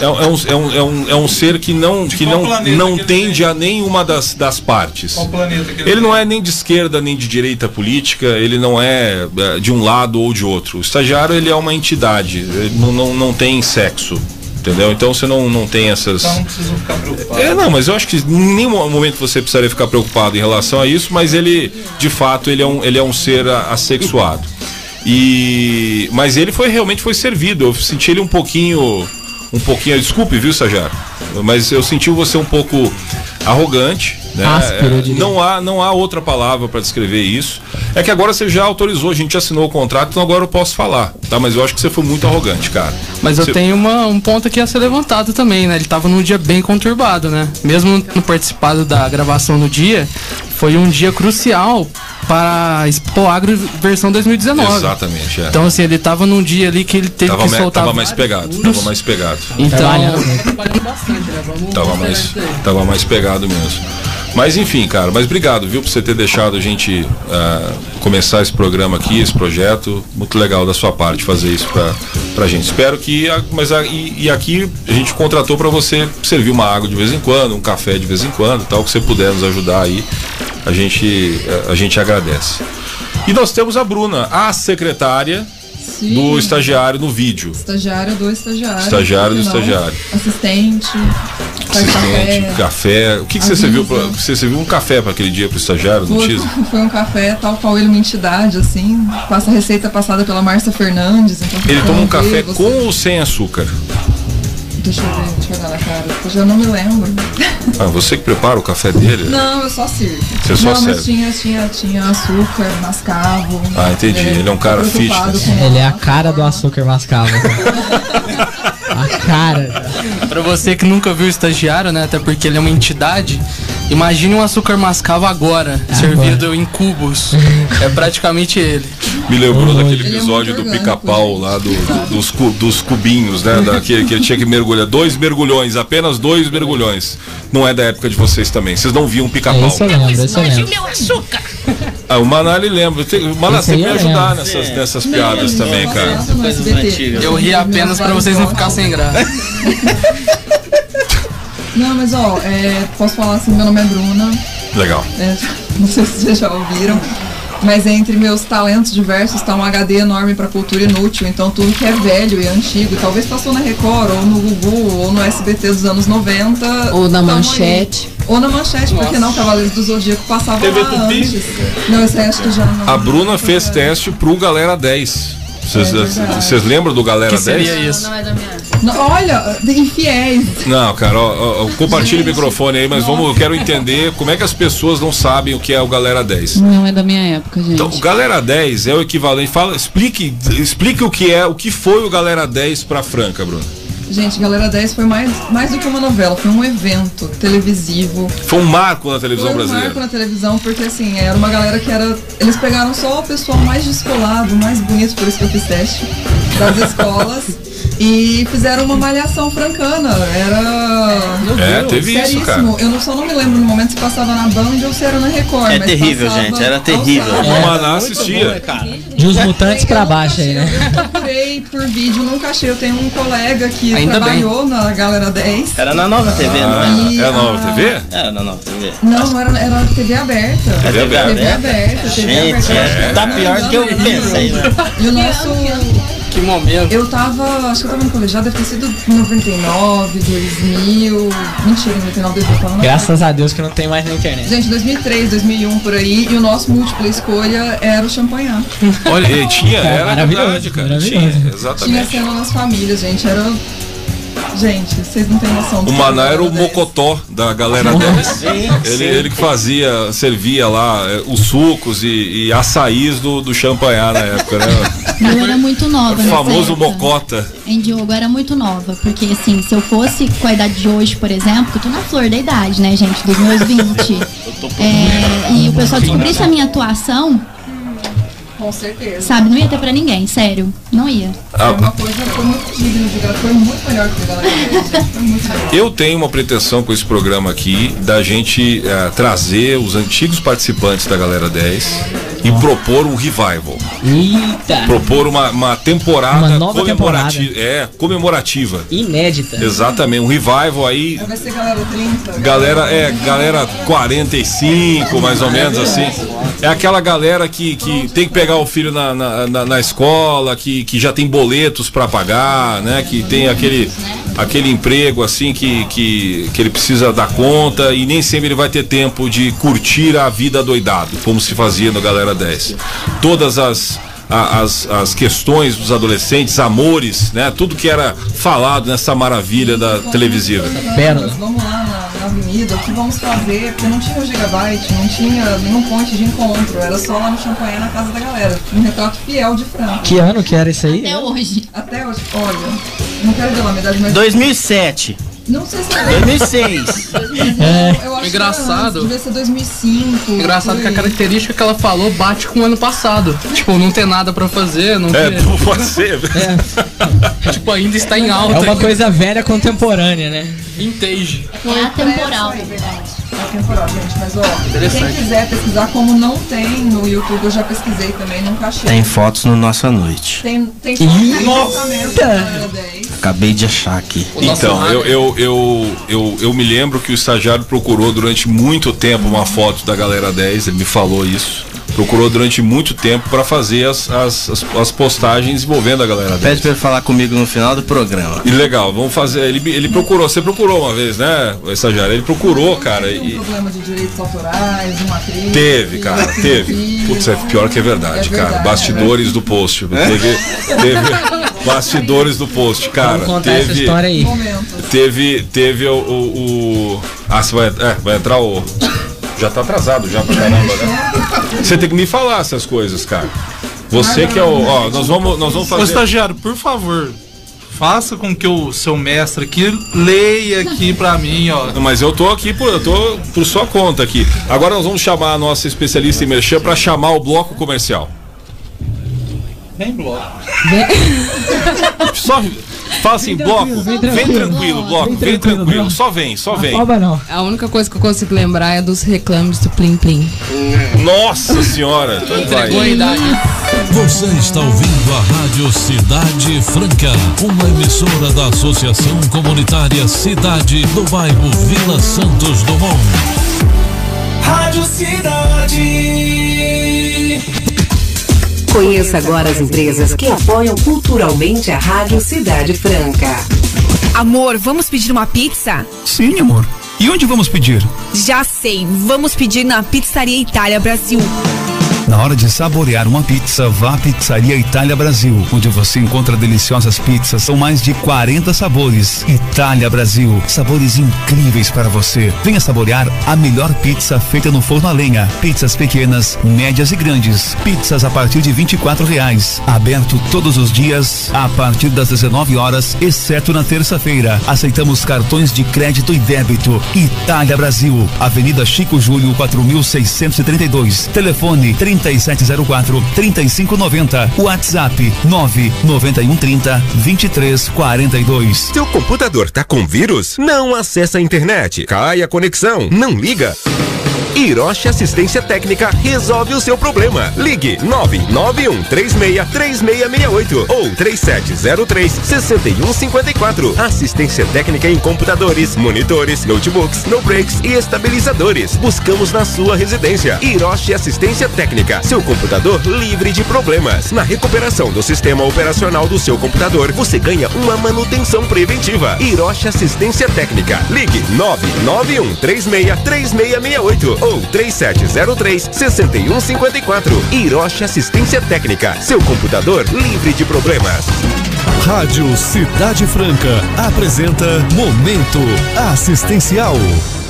Speaker 4: É, um- é um, é, um, é, um, é um ser que não, que
Speaker 3: qual
Speaker 4: não,
Speaker 3: planeta
Speaker 4: não
Speaker 3: que ele
Speaker 4: tende a nenhuma das, das partes.
Speaker 3: Qual planeta que ele
Speaker 4: Ele não é nem de esquerda nem de direita política, ele não é eh, de um lado ou de outro. O estagiário ele é uma entidade, ele não, não, não tem sexo. Entendeu? Então você não, não tem essas.
Speaker 3: precisam ficar preocupados.
Speaker 4: É, não, mas eu acho que em nenhum momento você precisaria ficar preocupado em relação a isso, mas ele, de fato, ele é um, ele é um ser a- assexuado. E mas ele foi realmente foi servido. Eu senti ele um pouquinho um pouquinho, desculpe, viu, Sajar? Mas eu senti você um pouco arrogante, né?
Speaker 8: Áspero, eu
Speaker 4: É,
Speaker 8: diria.
Speaker 4: não há não há outra palavra para descrever isso. É que agora você já autorizou, a gente assinou o contrato, então agora eu posso falar, tá? Mas eu acho que você foi muito arrogante, cara.
Speaker 5: Mas eu
Speaker 4: Você-
Speaker 5: tenho uma- um ponto aqui a ser levantado também, né? Ele tava num dia bem conturbado, né? Mesmo no participado da gravação no dia, foi um dia crucial para a Expo Agro versão 2019.
Speaker 4: Exatamente, é.
Speaker 5: Então, assim, ele tava num dia ali que ele teve
Speaker 4: tava,
Speaker 5: que
Speaker 4: me-
Speaker 5: soltar.
Speaker 4: tava mais pegado, tava mais pegado.
Speaker 5: Então,
Speaker 4: Tava mais, tava mais pegado mesmo. Mas enfim, cara, mas obrigado, viu, por você ter deixado a gente ah, começar esse programa aqui, esse projeto. Muito legal da sua parte fazer isso pra, pra gente. Espero que. a- Mas a- e, e aqui a gente contratou pra você servir uma água de vez em quando, um café de vez em quando, tal, que você puder nos ajudar aí. A gente, eh, a- a gente agradece. E nós temos a Bruna, a secretária
Speaker 9: Sim.
Speaker 4: do estagiário no vídeo.
Speaker 9: Estagiário do estagiário.
Speaker 4: Estagiário do
Speaker 9: Não.
Speaker 4: estagiário.
Speaker 9: Assistente. faz
Speaker 4: Assistente,
Speaker 9: café.
Speaker 4: um tipo café. O que, que você
Speaker 9: Avisa.
Speaker 4: serviu? Pra, você serviu um café para aquele dia para o estagiário no
Speaker 9: Foi,
Speaker 4: Tisa?
Speaker 9: foi um café, tal qual ele, uma entidade, assim. Passa a receita passada pela Márcia Fernandes. Então
Speaker 4: Ele
Speaker 9: você
Speaker 4: toma um
Speaker 9: vê,
Speaker 4: café
Speaker 9: você-
Speaker 4: com ou sem açúcar?
Speaker 9: Deixa eu ver, deixa eu olhar na cara. Eu já não me lembro.
Speaker 4: Ah, você que prepara o café dele?
Speaker 9: Não, eu só sirvo.
Speaker 4: Você só
Speaker 9: não,
Speaker 4: serve.
Speaker 9: mas tinha, tinha, tinha açúcar, mascavo.
Speaker 4: Ah, entendi. Ele é um cara
Speaker 9: preocupado
Speaker 4: fitness.
Speaker 9: com-
Speaker 8: Ele é a cara do açúcar mascavo. a cara.
Speaker 5: Pra você que nunca viu o estagiário, né? Até porque ele é uma entidade. Imagine um açúcar mascavo agora, servido em cubos. é praticamente ele.
Speaker 4: Me lembrou daquele episódio do pica-pau lá, do, do- dos, cu- dos cubinhos, né? Da, que, que ele tinha que mergulhar. Dois mergulhões, apenas dois mergulhões. Não é da época de vocês também. Vocês não viam um pica-pau.
Speaker 8: Esse eu lembro, esse eu lembro.
Speaker 4: Ah, o Manali lembra. Tem, o Manali
Speaker 8: Esse
Speaker 4: tem
Speaker 8: aí
Speaker 4: que me
Speaker 8: eu
Speaker 4: ajudar
Speaker 8: lembro.
Speaker 4: nessas,
Speaker 8: É.
Speaker 4: nessas piadas também, cara.
Speaker 5: Eu ri apenas pra vocês não ficarem sem graça.
Speaker 9: Não, mas ó, é, posso falar assim, meu nome é Bruna.
Speaker 4: Legal.
Speaker 9: é, não sei se vocês já ouviram. Mas entre meus talentos diversos está um HD enorme para cultura inútil, então tudo que é velho e antigo, talvez passou na Record, ou no Gugu, ou no SBT dos anos 90.
Speaker 7: Ou na
Speaker 9: tamo aí.
Speaker 7: Manchete.
Speaker 9: Ou na manchete, porque não, Cavaleiros do Zodíaco passava lá antes. Não, esse acho que já não.
Speaker 4: A Bruna fez teste pro Galera 10. Vocês vocês lembram do Galera
Speaker 5: Que seria
Speaker 4: 10?
Speaker 5: isso?
Speaker 9: Não, olha, infiéis.
Speaker 4: Não, cara, ó, ó, ó, compartilha o microfone aí, mas vamos, eu quero entender como é que as pessoas não sabem o que é o Galera 10.
Speaker 10: Não é da minha época, gente.
Speaker 4: Então, o Galera 10 é o equivalente. Fala, explique, explique o que é, o que foi o Galera 10 pra Franca, Bruno.
Speaker 9: Gente, Galera 10 foi mais, mais do que uma novela, foi um evento televisivo.
Speaker 4: Foi um marco na televisão
Speaker 9: Foi um marco
Speaker 4: brasileira.
Speaker 9: na televisão, porque assim, era uma galera que era. Eles pegaram só o pessoal mais descolado, mais bonito, por isso que eu fiz teste, das escolas. E fizeram uma malhação francana. Era.
Speaker 4: É, teve isso,
Speaker 9: Seríssimo.
Speaker 4: cara.
Speaker 9: Eu não, só não me lembro no momento se passava na Band ou se era na Record.
Speaker 6: É
Speaker 9: mas
Speaker 6: terrível,
Speaker 9: passava
Speaker 6: gente. Era
Speaker 9: ao
Speaker 6: terrível.
Speaker 9: sábado.
Speaker 4: O Maná
Speaker 9: né,
Speaker 4: assistia.
Speaker 8: De uns mutantes pra baixo aí, né?
Speaker 9: Eu procurei por vídeo, nunca achei. Eu tenho um colega que
Speaker 6: Ainda bem.
Speaker 9: trabalhou na Galera 10.
Speaker 6: Era na nova TV, não
Speaker 4: Ah,
Speaker 6: era?
Speaker 4: era na Nova TV?
Speaker 6: Era na nova TV.
Speaker 9: Não, não era, era TV aberta.
Speaker 6: TV aberta.
Speaker 9: TV aberta. TV aberta.
Speaker 6: Gente, é, tá pior do que eu pensei, né?
Speaker 9: E o nosso.
Speaker 5: Que momento.
Speaker 9: Eu tava. Acho que eu tava no colegiado, deve ter sido 99, 2000. Mentira, 99, 2000. tava na-
Speaker 8: Graças a Deus que não tem mais na internet.
Speaker 9: Gente, 2003, 2001 por aí. E o nosso múltipla escolha era o champanhar.
Speaker 4: Olha, e tinha,
Speaker 8: Cara,
Speaker 4: era
Speaker 8: maravilhoso,
Speaker 4: verdade, cara.
Speaker 8: maravilhoso.
Speaker 4: Tinha,
Speaker 9: Tinha
Speaker 4: exatamente.
Speaker 9: cena nas famílias, gente. Era. Gente, vocês não têm noção.
Speaker 4: O Maná era o mocotó da galera deles. Ele, ele que fazia, servia lá eh, os sucos e, e açaís do, do champanhar na época, né?
Speaker 11: Eu era muito nova,
Speaker 4: O
Speaker 11: né?
Speaker 4: famoso mocota.
Speaker 11: Em Diogo eu era muito nova, porque assim, se eu fosse com a idade de hoje, por exemplo, que eu tô na flor da idade, né, gente, dos meus 20, é, e o pessoal descobrisse a minha atuação,
Speaker 9: Com certeza.
Speaker 11: sabe, não ia ter pra ninguém, sério, não ia.
Speaker 4: Ah,
Speaker 9: Coisa foi muito digno de Foi muito melhor que o Galera Verde. Foi muito melhor.
Speaker 4: Eu tenho uma pretensão com esse programa aqui da gente eh, trazer os antigos participantes da Galera 10 e propor um revival.
Speaker 8: Eita!
Speaker 4: Propor uma, uma temporada
Speaker 8: Uma nova
Speaker 4: comemorati- É, comemorativa.
Speaker 8: Inédita.
Speaker 4: Exatamente, um revival aí
Speaker 9: Vai ser Galera tá 30.
Speaker 4: Galera, é, galera 45, mais ou menos assim. É aquela galera que, que tem que pegar o filho na, na, na- na escola, que, que já tem boletos para pagar, né? Que tem aquele, aquele emprego assim que, que, que ele precisa dar conta e nem sempre ele vai ter tempo de curtir a vida doidado, como se fazia no Galera 10. Todas as a- as, as questões dos adolescentes, amores, né? Tudo que era falado nessa maravilha da televisiva.
Speaker 9: Vamos lá na, na avenida, o que vamos fazer? Porque não tinha o gigabyte, não tinha nenhum ponto de encontro, era só lá no champanhe na casa da galera. Um retrato fiel de Franco.
Speaker 8: Que ano que era isso aí?
Speaker 11: hoje.
Speaker 9: Até hoje, olha, não quero dar uma idade, mas.
Speaker 6: 2007.
Speaker 9: Não sei se é
Speaker 6: 2006.
Speaker 9: É. Eu acho
Speaker 5: Engraçado.
Speaker 9: Que era antes, devia ser 2005.
Speaker 5: Engraçado
Speaker 9: por
Speaker 5: que a
Speaker 9: aí.
Speaker 5: característica que ela falou bate com o ano passado. Tipo, não tem nada pra fazer, não
Speaker 4: É,
Speaker 5: tem...
Speaker 4: pode ser.
Speaker 5: Tipo, ainda está em alta.
Speaker 8: É uma coisa velha contemporânea, né?
Speaker 5: Vintage.
Speaker 11: É atemporal,
Speaker 9: na verdade. É atemporal, gente, mas ó,
Speaker 6: Interessante.
Speaker 9: quem quiser pesquisar, como não tem no YouTube, eu já pesquisei também, nunca achei.
Speaker 6: Tem fotos no Nossa Noite.
Speaker 9: Tem, tem
Speaker 6: Ih,
Speaker 9: lançamento da Galera 10.
Speaker 6: Acabei de achar aqui.
Speaker 4: Então, eu, eu, eu, eu, eu me lembro que o estagiário procurou durante muito tempo uma foto da Galera 10, ele me falou isso. Procurou durante muito tempo para fazer as, as, as, as postagens envolvendo a Galera 10.
Speaker 6: Pede pra ele falar comigo no final do programa.
Speaker 4: E legal, vamos fazer. Ele, me- ele procurou, você procurou uma vez, né, o estagiário? Ele procurou, cara. E
Speaker 9: um Problema de direitos autorais, uma atriz. um
Speaker 4: teve, cara, teve. Putz, é pior que é verdade, cara. Bastidores do post. Teve. teve bastidores do post, cara.
Speaker 8: Vamos contar
Speaker 4: teve,
Speaker 8: essa história aí.
Speaker 4: Teve, teve o, o, o- Ah, você vai, é, vai entrar o. Já tá atrasado já pra caramba, né? Você tem que me falar essas coisas, cara. Você que é o. Ó, nós vamos, nós vamos
Speaker 3: Ô,
Speaker 4: fazer.
Speaker 3: estagiário, por favor, faça com que o seu mestre aqui leia aqui pra mim, ó.
Speaker 4: Mas eu tô aqui, por, eu tô por sua conta aqui. Agora nós vamos chamar a nossa especialista em merchan pra chamar o bloco comercial.
Speaker 3: Vem, bloco.
Speaker 4: Só fala assim, bloco, vem tranquilo, bloco, vem tranquilo, só vem, só vem.
Speaker 7: A única coisa que eu consigo lembrar é dos reclames do Plim Plim.
Speaker 4: Nossa senhora! então vai.
Speaker 1: Você está ouvindo a Rádio Cidade Franca, uma emissora da Associação Comunitária Cidade do bairro Vila Santos Dumont.
Speaker 2: Rádio Cidade.
Speaker 12: Conheça agora as empresas que apoiam culturalmente a Rádio Cidade Franca.
Speaker 13: Amor, vamos pedir uma pizza?
Speaker 14: Sim, amor. E onde vamos pedir?
Speaker 13: Já sei, vamos pedir na Pizzaria Itália Brasil.
Speaker 14: Na hora de saborear uma pizza, vá à Pizzaria Itália Brasil, onde você encontra deliciosas pizzas. São mais de 40 sabores. Itália Brasil, sabores incríveis para você. Venha saborear a melhor pizza feita no forno a lenha. Pizzas pequenas, médias e grandes. Pizzas a partir de 24 reais. Aberto todos os dias, a partir das 19 horas, exceto na terça-feira. Aceitamos cartões de crédito e débito. Itália Brasil, Avenida Chico Júlio 4632. Telefone 3704 3590. WhatsApp 99130 2342.
Speaker 15: Seu computador tá com vírus? Não acessa a internet. Cai a conexão. Não liga. Hiroshi Assistência Técnica resolve o seu problema. Ligue 991363668 ou 3703-6154. Assistência técnica em computadores, monitores, notebooks, no breaks e estabilizadores. Buscamos na sua residência. Hiroshi Assistência Técnica. Seu computador livre de problemas. Na recuperação do sistema operacional do seu computador, você ganha uma manutenção preventiva. Hiroshi Assistência Técnica. Ligue 991363668 ou 3703-6154. Hiroshi Assistência Técnica. Seu computador livre de problemas.
Speaker 1: Rádio Cidade Franca apresenta Momento Assistencial.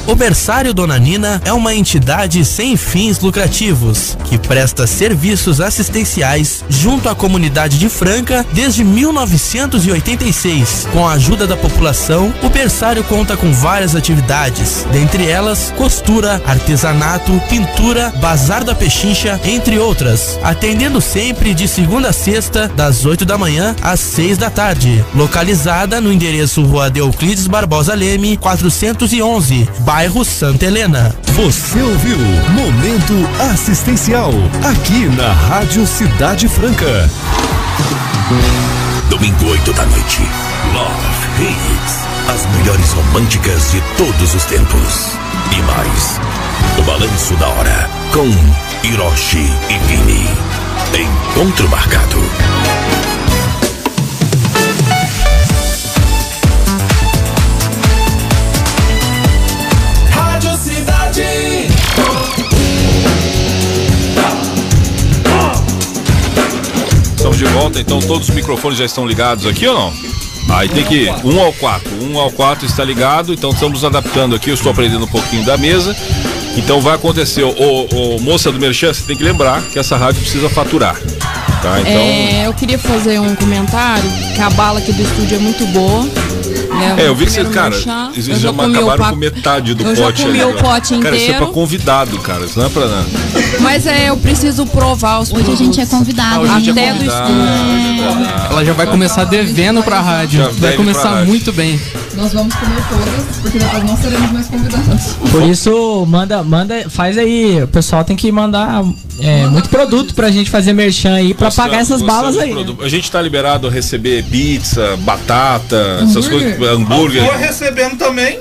Speaker 16: O Berçário Dona Nina é uma entidade sem fins lucrativos que presta serviços assistenciais junto à comunidade de Franca desde 1986. Com a ajuda da população, o Berçário conta com várias atividades, dentre elas costura, artesanato, pintura, bazar da pechincha, entre outras, atendendo sempre de segunda a sexta, das 8 da manhã às 6 da tarde. Localizada no endereço Rua Euclides Barbosa Leme, 411, bairro Santa Helena.
Speaker 1: Você ouviu Momento Assistencial aqui na Rádio Cidade Franca.
Speaker 17: Domingo 8 da noite. Love Hits. As melhores românticas de todos os tempos. E mais. O balanço da hora com Hiroshi e Vini. Encontro marcado.
Speaker 2: Rádio Cidade.
Speaker 4: Estamos de volta, então todos os microfones já estão ligados aqui ou não? Aí tem que um ao quatro, um ao quatro está ligado, então estamos adaptando aqui, eu estou aprendendo um pouquinho da mesa. Então vai acontecer, ô, ô, moça do Merchan, você tem que lembrar que essa rádio precisa faturar. Tá? Então.
Speaker 7: É, eu queria fazer um comentário, que a bala aqui do estúdio é muito boa. né?
Speaker 4: É, eu vi que você,
Speaker 7: Primeiro
Speaker 4: cara,
Speaker 7: merchan,
Speaker 4: eles
Speaker 7: eu
Speaker 4: já
Speaker 7: comi o
Speaker 4: acabaram
Speaker 7: pa-
Speaker 4: com metade do
Speaker 7: eu
Speaker 4: pote
Speaker 7: já comi
Speaker 4: ali,
Speaker 7: o
Speaker 4: ó.
Speaker 7: pote
Speaker 4: Cara, isso é pra
Speaker 7: inteiro.
Speaker 4: convidado, cara. Isso não é pra nada.
Speaker 7: Mas é, eu preciso provar os Hoje a gente é
Speaker 11: convidado.
Speaker 15: Ah,
Speaker 11: né?
Speaker 7: Até do
Speaker 5: Ela já vai começar devendo pra rádio.
Speaker 4: Já
Speaker 5: vai
Speaker 4: deve pra
Speaker 5: começar
Speaker 4: rádio.
Speaker 5: muito bem.
Speaker 9: Nós vamos comer todas, porque depois não seremos mais convidados.
Speaker 8: Por isso, manda, manda, faz aí. O pessoal tem que mandar é, muito produto pra gente fazer merchan aí pra
Speaker 4: Mostrando-
Speaker 8: pagar essas
Speaker 4: mostrando
Speaker 8: balas
Speaker 4: os
Speaker 8: aí.
Speaker 4: produtos. A gente tá liberado a receber pizza, batata, essas
Speaker 8: Hambúrguer.
Speaker 4: coisas, hambúrguer.
Speaker 18: Tô recebendo também.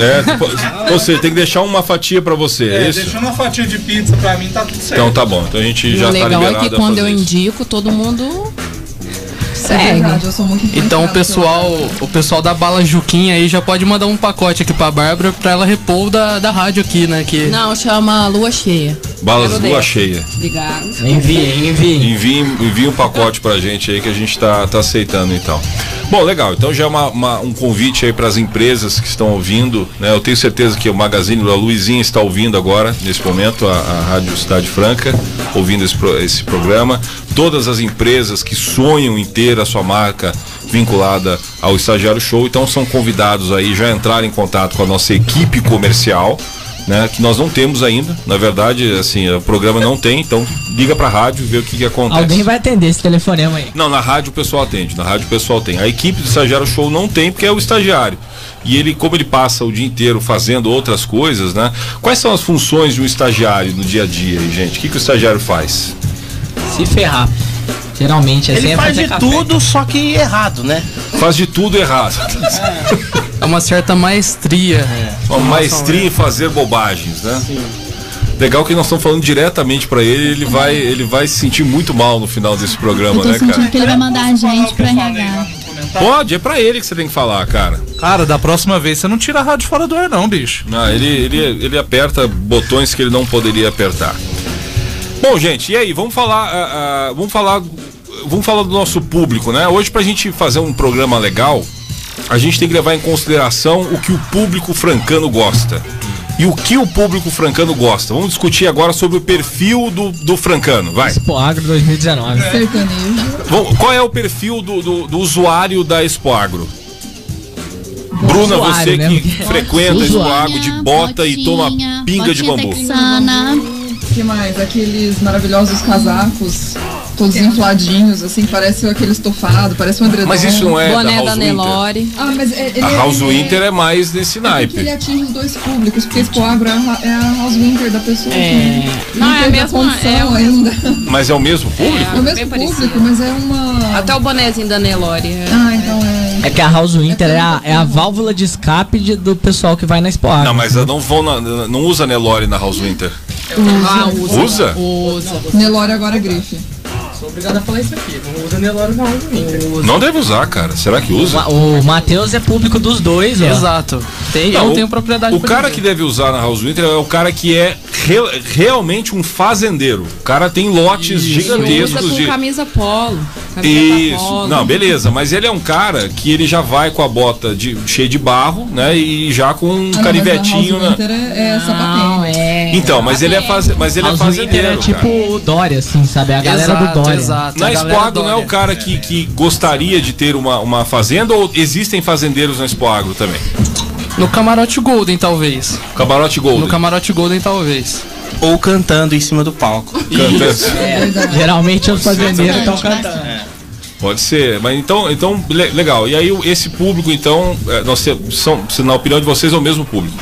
Speaker 4: É, tipo, ou seja, tem que deixar uma fatia pra você, é,
Speaker 18: É,
Speaker 4: isso?
Speaker 18: deixando uma fatia de pizza pra mim, tá tudo certo.
Speaker 4: Então tá bom, então a gente
Speaker 7: E
Speaker 4: já
Speaker 7: o
Speaker 4: tá
Speaker 7: legal
Speaker 4: liberado.
Speaker 7: é
Speaker 4: a
Speaker 7: que quando
Speaker 4: fazer.
Speaker 7: eu indico, todo mundo
Speaker 9: É
Speaker 7: segue.
Speaker 9: verdade, eu sou muito
Speaker 5: Então o
Speaker 9: influenciada
Speaker 5: pessoal, o pessoal da bala Juquinha aí já pode mandar um pacote aqui pra Bárbara pra ela repor o da, da rádio aqui, né? Que...
Speaker 7: Não, chama Lua Cheia.
Speaker 4: Balas
Speaker 7: Quero
Speaker 4: lua
Speaker 7: dessa.
Speaker 4: cheia.
Speaker 7: Obrigado.
Speaker 8: Envie, envie.
Speaker 4: Envie, envie um pacote pra gente aí que a gente tá, tá aceitando então. Bom, legal. Então já é uma- uma- um convite aí pras empresas que estão ouvindo, né? Eu tenho certeza que o Magazine da Luizinha está ouvindo agora, nesse momento, a, a Rádio Cidade Franca, ouvindo esse, pro- esse programa. Todas as empresas que sonham em ter a sua marca vinculada ao Estagiário Show, então são convidados aí já a entrar em contato com a nossa equipe comercial né, que nós não temos ainda. Na verdade, assim, o programa não tem, então liga pra rádio, vê o que, que acontece.
Speaker 8: Alguém vai atender esse telefonema aí.
Speaker 4: Não, na rádio o pessoal atende, na rádio o pessoal tem. A equipe do estagiário show não tem, porque é o estagiário. E ele, como ele passa o dia inteiro fazendo outras coisas, né? Quais são as funções de um estagiário no dia a dia aí, gente? O que, que o estagiário faz?
Speaker 8: Se ferrar. Geralmente,
Speaker 6: Ele faz de tudo, só que errado, né?
Speaker 4: Faz de tudo errado.
Speaker 5: É uma certa maestria.
Speaker 4: Uma
Speaker 11: né?
Speaker 4: maestria em fazer bobagens, né? Legal que nós estamos falando diretamente pra ele, ele vai, ele vai se sentir muito mal no final desse
Speaker 11: Eu
Speaker 4: programa,
Speaker 11: tô
Speaker 4: né,
Speaker 11: sentindo
Speaker 4: cara?
Speaker 11: que ele vai mandar a gente pra RH.
Speaker 4: Pode, é pra ele que você tem que falar, cara.
Speaker 18: Cara, da próxima vez você não tira a rádio fora do ar, não, bicho.
Speaker 4: Não, Ah, ele, ele, ele aperta botões que ele não poderia apertar. Bom, gente, e aí? Vamos falar, ah, ah, vamos falar, vamos falar do nosso público, né? Hoje pra gente fazer um programa legal, a gente tem que levar em consideração o que o público francano gosta. E o que o público francano gosta? Vamos discutir agora sobre o perfil do, do francano, vai.
Speaker 8: Expo Agro 2019.
Speaker 9: Sertanejo.
Speaker 4: Vamos- Qual é o perfil do, do- do usuário da Expo Agro? Bruna,
Speaker 11: Usuário,
Speaker 4: você
Speaker 11: né?
Speaker 4: que frequenta a Expo Agro de bota e toma pinga de bambu.
Speaker 9: Sana. que mais? Aqueles maravilhosos casacos, todos
Speaker 7: um
Speaker 9: infladinhos, assim, parece aquele estofado, parece um edredom.
Speaker 4: Mas isso não é da Boné da House Winter.
Speaker 7: Nelore.
Speaker 9: Ah, mas é- ele
Speaker 4: A
Speaker 9: é-
Speaker 4: House
Speaker 9: ele é-
Speaker 4: Winter é mais nesse
Speaker 9: que ele
Speaker 4: naipe.
Speaker 9: atinge os dois públicos, porque Expo Agro é a ra- é a House Winter da pessoa assim.
Speaker 4: É.
Speaker 9: que
Speaker 7: Não, é a
Speaker 9: teve
Speaker 7: mesma-
Speaker 9: condição
Speaker 7: é o
Speaker 9: ainda.
Speaker 4: Mas é o mesmo público?
Speaker 9: É o mesmo público, mas é uma.
Speaker 7: Até o bonézinho da Nelore.
Speaker 9: Ah, então é.
Speaker 8: É que a House Winter é a, é a válvula de escape de- do pessoal que vai na Expo
Speaker 1: É.
Speaker 8: Agro.
Speaker 4: Não, mas eu não vão na- não usa Nelore na House Winter.
Speaker 9: Ah,
Speaker 4: Usa?
Speaker 9: Nelore agora é grife.
Speaker 8: Sou obrigado a falar isso aqui. Não usa Nelore na House Winter.
Speaker 4: Não deve usar, cara. Será que usa?
Speaker 8: O Matheus é público dos dois, ó.
Speaker 5: Exato. Tem, eu
Speaker 4: o-
Speaker 5: não tenho propriedade
Speaker 4: O
Speaker 5: pra
Speaker 4: cara
Speaker 5: dizer.
Speaker 4: que deve usar na House Winter é o cara que é re- realmente um fazendeiro. O cara tem lotes
Speaker 7: Usa
Speaker 4: gigantescos
Speaker 7: com
Speaker 4: de.
Speaker 7: camisa polo. camiseta
Speaker 4: Isso.
Speaker 7: rosa.
Speaker 4: Não, beleza, mas ele é um cara que ele já vai com a bota de, cheia de barro, né? E já com um
Speaker 9: Ah, não, mas a
Speaker 4: carivetinho,
Speaker 9: House
Speaker 4: né?
Speaker 9: Winter é, é
Speaker 7: Não, é.
Speaker 4: Então, mas ele é faze- mas ele é
Speaker 8: House
Speaker 4: fazendeiro,
Speaker 8: Winter é tipo
Speaker 4: cara.
Speaker 8: o Dória, assim, sabe? A galera do Dória.
Speaker 4: na Espoagro não é o cara que, que gostaria de ter uma, uma fazenda ou existem fazendeiros na Espoagro também?
Speaker 5: No Camarote Golden, talvez.
Speaker 4: Camarote Golden.
Speaker 5: No Camarote Golden, talvez.
Speaker 6: Ou cantando em cima do palco.
Speaker 4: Cantando. É.
Speaker 8: É, geralmente os fazendeiros estão cantando.
Speaker 4: Pode ser, mas então, então le- legal. E aí o- esse público, então, é, nós te- são, se na opinião de vocês, é o mesmo público.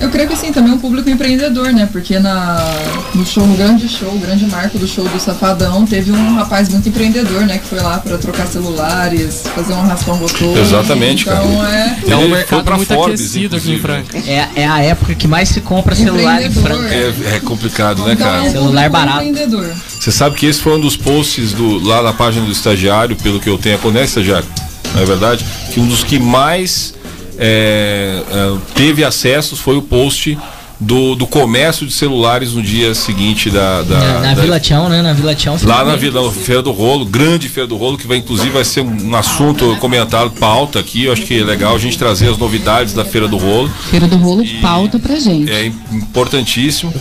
Speaker 9: Eu creio que sim, também um público empreendedor, né? Porque na, no show, no grande show, o grande marco do show do Safadão, teve um rapaz muito empreendedor, né? Que foi lá pra trocar celulares, fazer um raspão gostoso.
Speaker 4: Exatamente,
Speaker 9: então,
Speaker 4: cara.
Speaker 9: É...
Speaker 8: um
Speaker 5: um
Speaker 4: Ele foi pra Forbes, inclusive.
Speaker 8: É, é a época que mais se compra celular em Franca.
Speaker 4: É, é complicado,
Speaker 9: Então,
Speaker 4: né, cara?
Speaker 8: Celular barato.
Speaker 9: um Empreendedor.
Speaker 4: Você sabe que esse foi um dos posts do, lá da página do estagiário, pelo que eu tenho, acontece, estagiário, não é verdade? Que um dos que mais é, é, teve acessos foi o post do, do comércio de celulares no dia seguinte da. da-
Speaker 8: Na, na
Speaker 4: da-
Speaker 8: Vila Tião, né? Na Vila Tião.
Speaker 4: Lá na Vila na Feira do Rolo, grande Feira do Rolo, que vai inclusive vai ser um assunto comentado, pauta aqui. Eu acho que é legal a gente trazer as novidades da Feira do Rolo.
Speaker 10: Feira do Rolo pauta pra gente.
Speaker 4: É importantíssimo.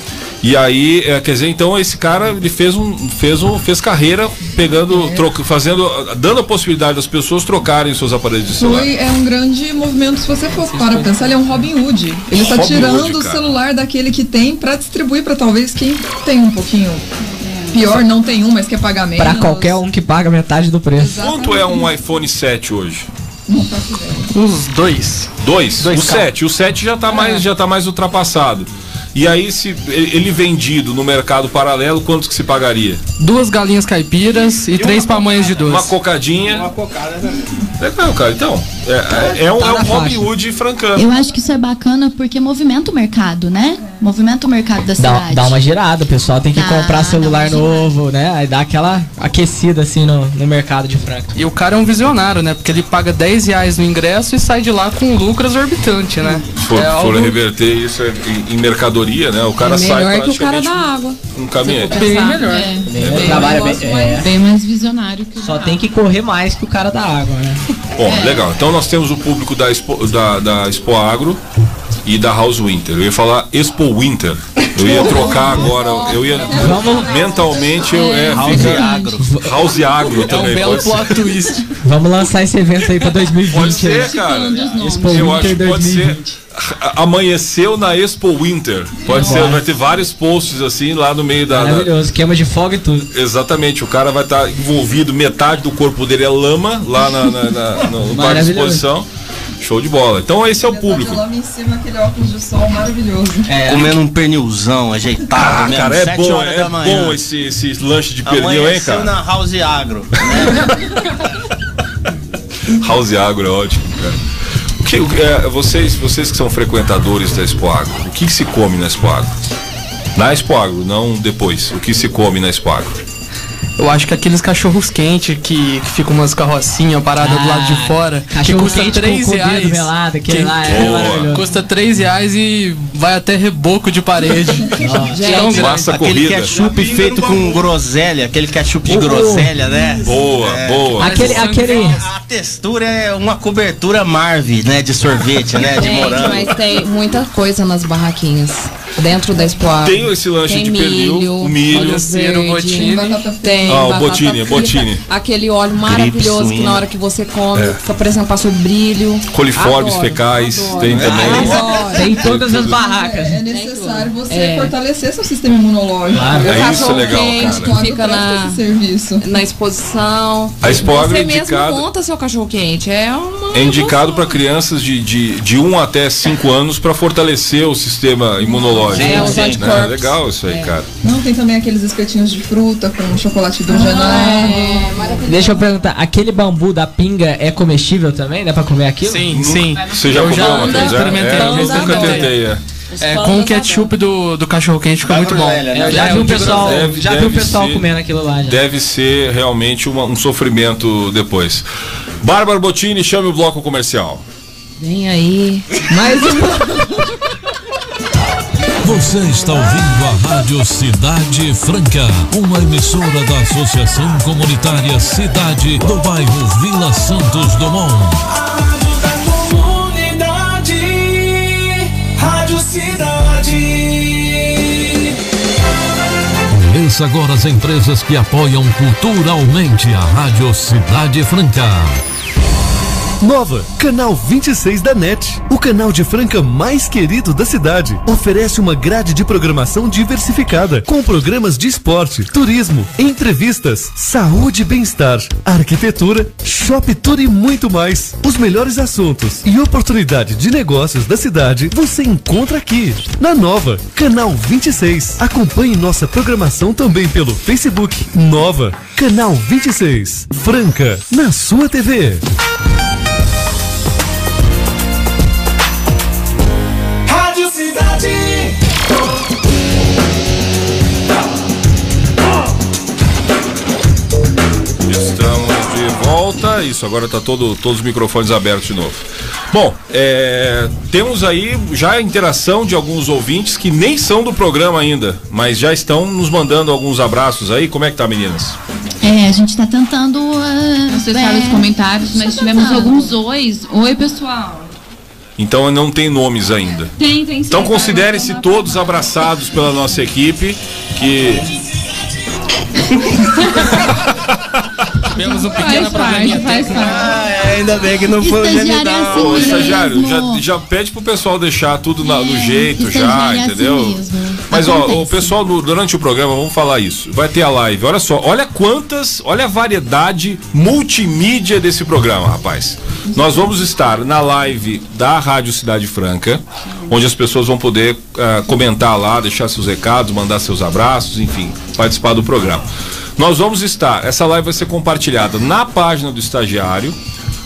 Speaker 4: E aí, é, quer dizer, então esse cara ele fez um fez um fez carreira
Speaker 5: É.
Speaker 4: pegando, troca, fazendo, dando a possibilidade das pessoas trocarem seus aparelhos de celular.
Speaker 9: Foi é um grande movimento, se você for para pensar, ele é um Robin Hood. Ele está
Speaker 4: Robin
Speaker 9: tirando
Speaker 4: Hood,
Speaker 9: o
Speaker 4: cara.
Speaker 9: celular daquele que tem para distribuir para talvez quem tem um pouquinho pior, não tem um, mas quer pagar menos.
Speaker 8: Pra qualquer um que paga metade do preço.
Speaker 4: Quanto é um iPhone 7 hoje?
Speaker 5: Os dois.
Speaker 4: Dois,
Speaker 5: Dois
Speaker 4: o
Speaker 5: carros.
Speaker 4: 7. O 7 já
Speaker 5: É.
Speaker 4: está mais, já tá mais ultrapassado. E aí, se ele vendido no mercado paralelo, quanto que se pagaria?
Speaker 5: Duas galinhas caipiras e, três pamonhas de doce.
Speaker 4: Uma cocadinha. Uma Legal, cara. Então, é, é, é um,
Speaker 5: Tá
Speaker 4: é
Speaker 5: na
Speaker 4: um Robin
Speaker 5: faixa.
Speaker 4: Hood francano.
Speaker 11: Eu acho que isso é bacana porque movimenta o mercado, né? Movimenta o mercado da
Speaker 8: Dá,
Speaker 11: cidade.
Speaker 8: dá uma girada, o pessoal tem que
Speaker 11: Dá,
Speaker 8: comprar celular novo, né? Aí dá aquela aquecida assim no, no mercado de Franca.
Speaker 5: E o cara é um visionário, né? Porque ele paga 10 reais no ingresso e sai de lá com um lucro exorbitante, né?
Speaker 4: Se for,
Speaker 5: é
Speaker 4: for
Speaker 5: algo
Speaker 4: reverter isso é em, em mercadoria, né? O cara
Speaker 5: É
Speaker 4: sai
Speaker 10: melhor que o cara
Speaker 4: praticamente
Speaker 10: da água.
Speaker 4: um caminhante.
Speaker 10: Bem
Speaker 8: melhor.
Speaker 10: É.
Speaker 8: Bem, trabalha bem, é.
Speaker 10: Bem mais visionário que o
Speaker 8: Só tem que correr mais que o cara da água, né?
Speaker 4: Bom, legal. Então nós temos o público da Expo, da, da Expo Agro e da House Winter. Eu ia falar Expo Winter. Eu ia trocar agora. Eu ia. Mentalmente eu é,
Speaker 8: House
Speaker 4: fica-
Speaker 8: Agro. É um
Speaker 4: House Agro também. pode ser.
Speaker 5: twist.
Speaker 8: Vamos lançar esse evento aí pra 2020.
Speaker 4: Pode ser,
Speaker 8: né?
Speaker 4: cara.
Speaker 8: Expo
Speaker 4: Eu acho
Speaker 8: Winter
Speaker 4: que pode
Speaker 8: 2020.
Speaker 4: ser. Amanheceu na Expo Winter. Pode ser,
Speaker 8: Bora.
Speaker 4: vai ter vários posts assim lá no meio da- da,
Speaker 8: Maravilhoso, queima de fogo e tudo.
Speaker 4: Exatamente, o cara vai estar envolvido, metade do corpo dele é lama lá na, na, na- no parque de
Speaker 8: Maravilhoso.
Speaker 4: exposição. Show de bola. Então esse é o
Speaker 9: De
Speaker 4: público.
Speaker 9: lama em cima, aquele óculos de sol maravilhoso.
Speaker 6: Comendo um pernilzão ajeitado
Speaker 4: Ah,
Speaker 6: mesmo,
Speaker 4: cara, é
Speaker 6: sete
Speaker 4: bom,
Speaker 6: horas
Speaker 4: é
Speaker 6: da manhã. é
Speaker 4: bom esse, esse lanche de pernil, hein,
Speaker 6: Amanheceu
Speaker 4: cara?
Speaker 6: na House Agro.
Speaker 4: House Agro é ótimo, cara. O que, o que- é, vocês, vocês que são frequentadores da Expo Agro, o que, que se come na Expo Agro? Na Expo Agro, não depois. O que se come na Expo Agro?
Speaker 5: Eu acho que aqueles cachorros quentes que, que ficam umas carrocinhas paradas do lado de fora, que
Speaker 8: Ah, cachorro
Speaker 5: custa
Speaker 8: quente
Speaker 5: 3
Speaker 8: com- com o dedo
Speaker 5: reais.
Speaker 8: melado, aquele
Speaker 5: que-
Speaker 8: lá é Boa. maravilhoso.
Speaker 5: Custa 3 reais e vai até reboco de parede.
Speaker 4: É um
Speaker 5: Tão grande.
Speaker 6: É, aquele ketchup feito com groselha, aquele ketchup de
Speaker 5: Oh, oh.
Speaker 6: groselha, né?
Speaker 4: Boa, boa.
Speaker 8: Aquele- aquele-
Speaker 6: A textura é uma cobertura Marve, né? De sorvete, né? De
Speaker 9: É,
Speaker 7: Gente,
Speaker 6: morango.
Speaker 7: mas tem muita coisa nas barraquinhas. Dentro da Expoa.
Speaker 4: Tem esse lanche
Speaker 7: Tem
Speaker 4: de pernil,
Speaker 7: milho,
Speaker 4: o milho.
Speaker 7: Olho
Speaker 4: Cero,
Speaker 7: verde,
Speaker 4: botini.
Speaker 7: batata Tem.
Speaker 4: Ah, o
Speaker 7: batata
Speaker 4: botini,
Speaker 7: frita,
Speaker 4: botini.
Speaker 7: Aquele óleo maravilhoso que na hora que você come,
Speaker 4: É.
Speaker 7: fica parecendo passou brilho.
Speaker 4: Coliformes
Speaker 7: Adoro.
Speaker 4: fecais, tem também.
Speaker 8: Tem todas as barracas.
Speaker 9: É necessário você
Speaker 7: É.
Speaker 9: fortalecer seu sistema imunológico.
Speaker 4: Claro.
Speaker 9: Eu
Speaker 4: É
Speaker 9: faço
Speaker 4: isso, é legal,
Speaker 7: quente
Speaker 4: cara.
Speaker 7: que fica na, na exposição.
Speaker 4: A Expo Agro
Speaker 7: Você
Speaker 4: é indicado-
Speaker 7: mesmo conta seu cachorro quente. É uma.
Speaker 4: É indicado para crianças de, de, de 1 até 5 anos para fortalecer o sistema imunológico.
Speaker 9: É, os
Speaker 4: Né?
Speaker 9: anticorpos.
Speaker 4: Legal isso
Speaker 7: É.
Speaker 4: aí, cara.
Speaker 9: Não tem também aqueles espetinhos de fruta com chocolate
Speaker 7: Ah,
Speaker 9: hidrogenado.
Speaker 7: é.
Speaker 8: Deixa eu perguntar, aquele bambu da pinga é comestível também? Dá pra comer aquilo?
Speaker 5: Sim, sim.
Speaker 4: Você já
Speaker 5: Eu
Speaker 4: comeu,
Speaker 5: já
Speaker 4: Matheus? Já?
Speaker 5: experimentei,
Speaker 4: É,
Speaker 5: já
Speaker 4: eu nunca
Speaker 5: experimentei.
Speaker 4: tentei. É.
Speaker 5: É, com o ketchup do, do cachorro quente fica muito bom.
Speaker 8: né? Eu já vi um pessoal- já vi um pessoal comendo aquilo lá, já.
Speaker 4: Deve ser realmente uma- um sofrimento depois. Bárbara Bottini, chame o bloco comercial.
Speaker 7: Vem aí. Mais uma.
Speaker 1: Você está ouvindo a Rádio Cidade Franca, uma emissora da Associação Comunitária Cidade do bairro Vila Santos Dumont.
Speaker 2: Comunidade, Rádio Cidade.
Speaker 1: Conheça agora as empresas que apoiam culturalmente a Rádio Cidade Franca.
Speaker 19: Nova, canal 26 da NET, o canal de Franca mais querido da cidade. Oferece uma grade de programação diversificada, com programas de esporte, turismo, entrevistas, saúde e bem-estar, arquitetura, shop tour e muito mais. Os melhores assuntos e oportunidade de negócios da cidade você encontra aqui, na Nova, canal 26. Acompanhe nossa programação também pelo Facebook Nova, canal 26. Franca, na sua TV.
Speaker 2: Rádio Cidade.
Speaker 4: Estamos de volta. Isso, agora tá todo, todos os microfones abertos de novo. Bom, é, temos aí já a interação de alguns ouvintes que nem são do programa ainda, mas já estão nos mandando alguns abraços aí. Como é que tá, meninas?
Speaker 11: É, a gente tá tentando. uh, é,
Speaker 10: Não sei se sabe os comentários, mas tivemos alguns ois. Oi, pessoal.
Speaker 4: Então não tem nomes ainda.
Speaker 10: Tem, tem sim.
Speaker 4: Então
Speaker 9: Tá,
Speaker 4: considerem-se todos abraçados pela nossa equipe, que
Speaker 16: Tivemos um
Speaker 10: Faz parte, faz parte.
Speaker 6: Ah, é, ainda bem que não
Speaker 10: foi o Estagiário é assim
Speaker 4: Ô,
Speaker 10: mesmo.
Speaker 4: estagiário, já, já pede pro pessoal deixar tudo na- no jeito já,
Speaker 10: estagiário é assim
Speaker 4: entendeu?
Speaker 10: mesmo.
Speaker 4: Mas ó, o pessoal no- durante o programa, vamos falar isso. Vai ter a live. Olha só, olha quantas, olha a variedade multimídia desse programa, rapaz. Nós vamos estar na live da Rádio Cidade Franca, onde as pessoas vão poder ah, comentar lá, deixar seus recados, mandar seus abraços, enfim, participar do programa. Nós vamos estar, essa live vai ser compartilhada na página do estagiário.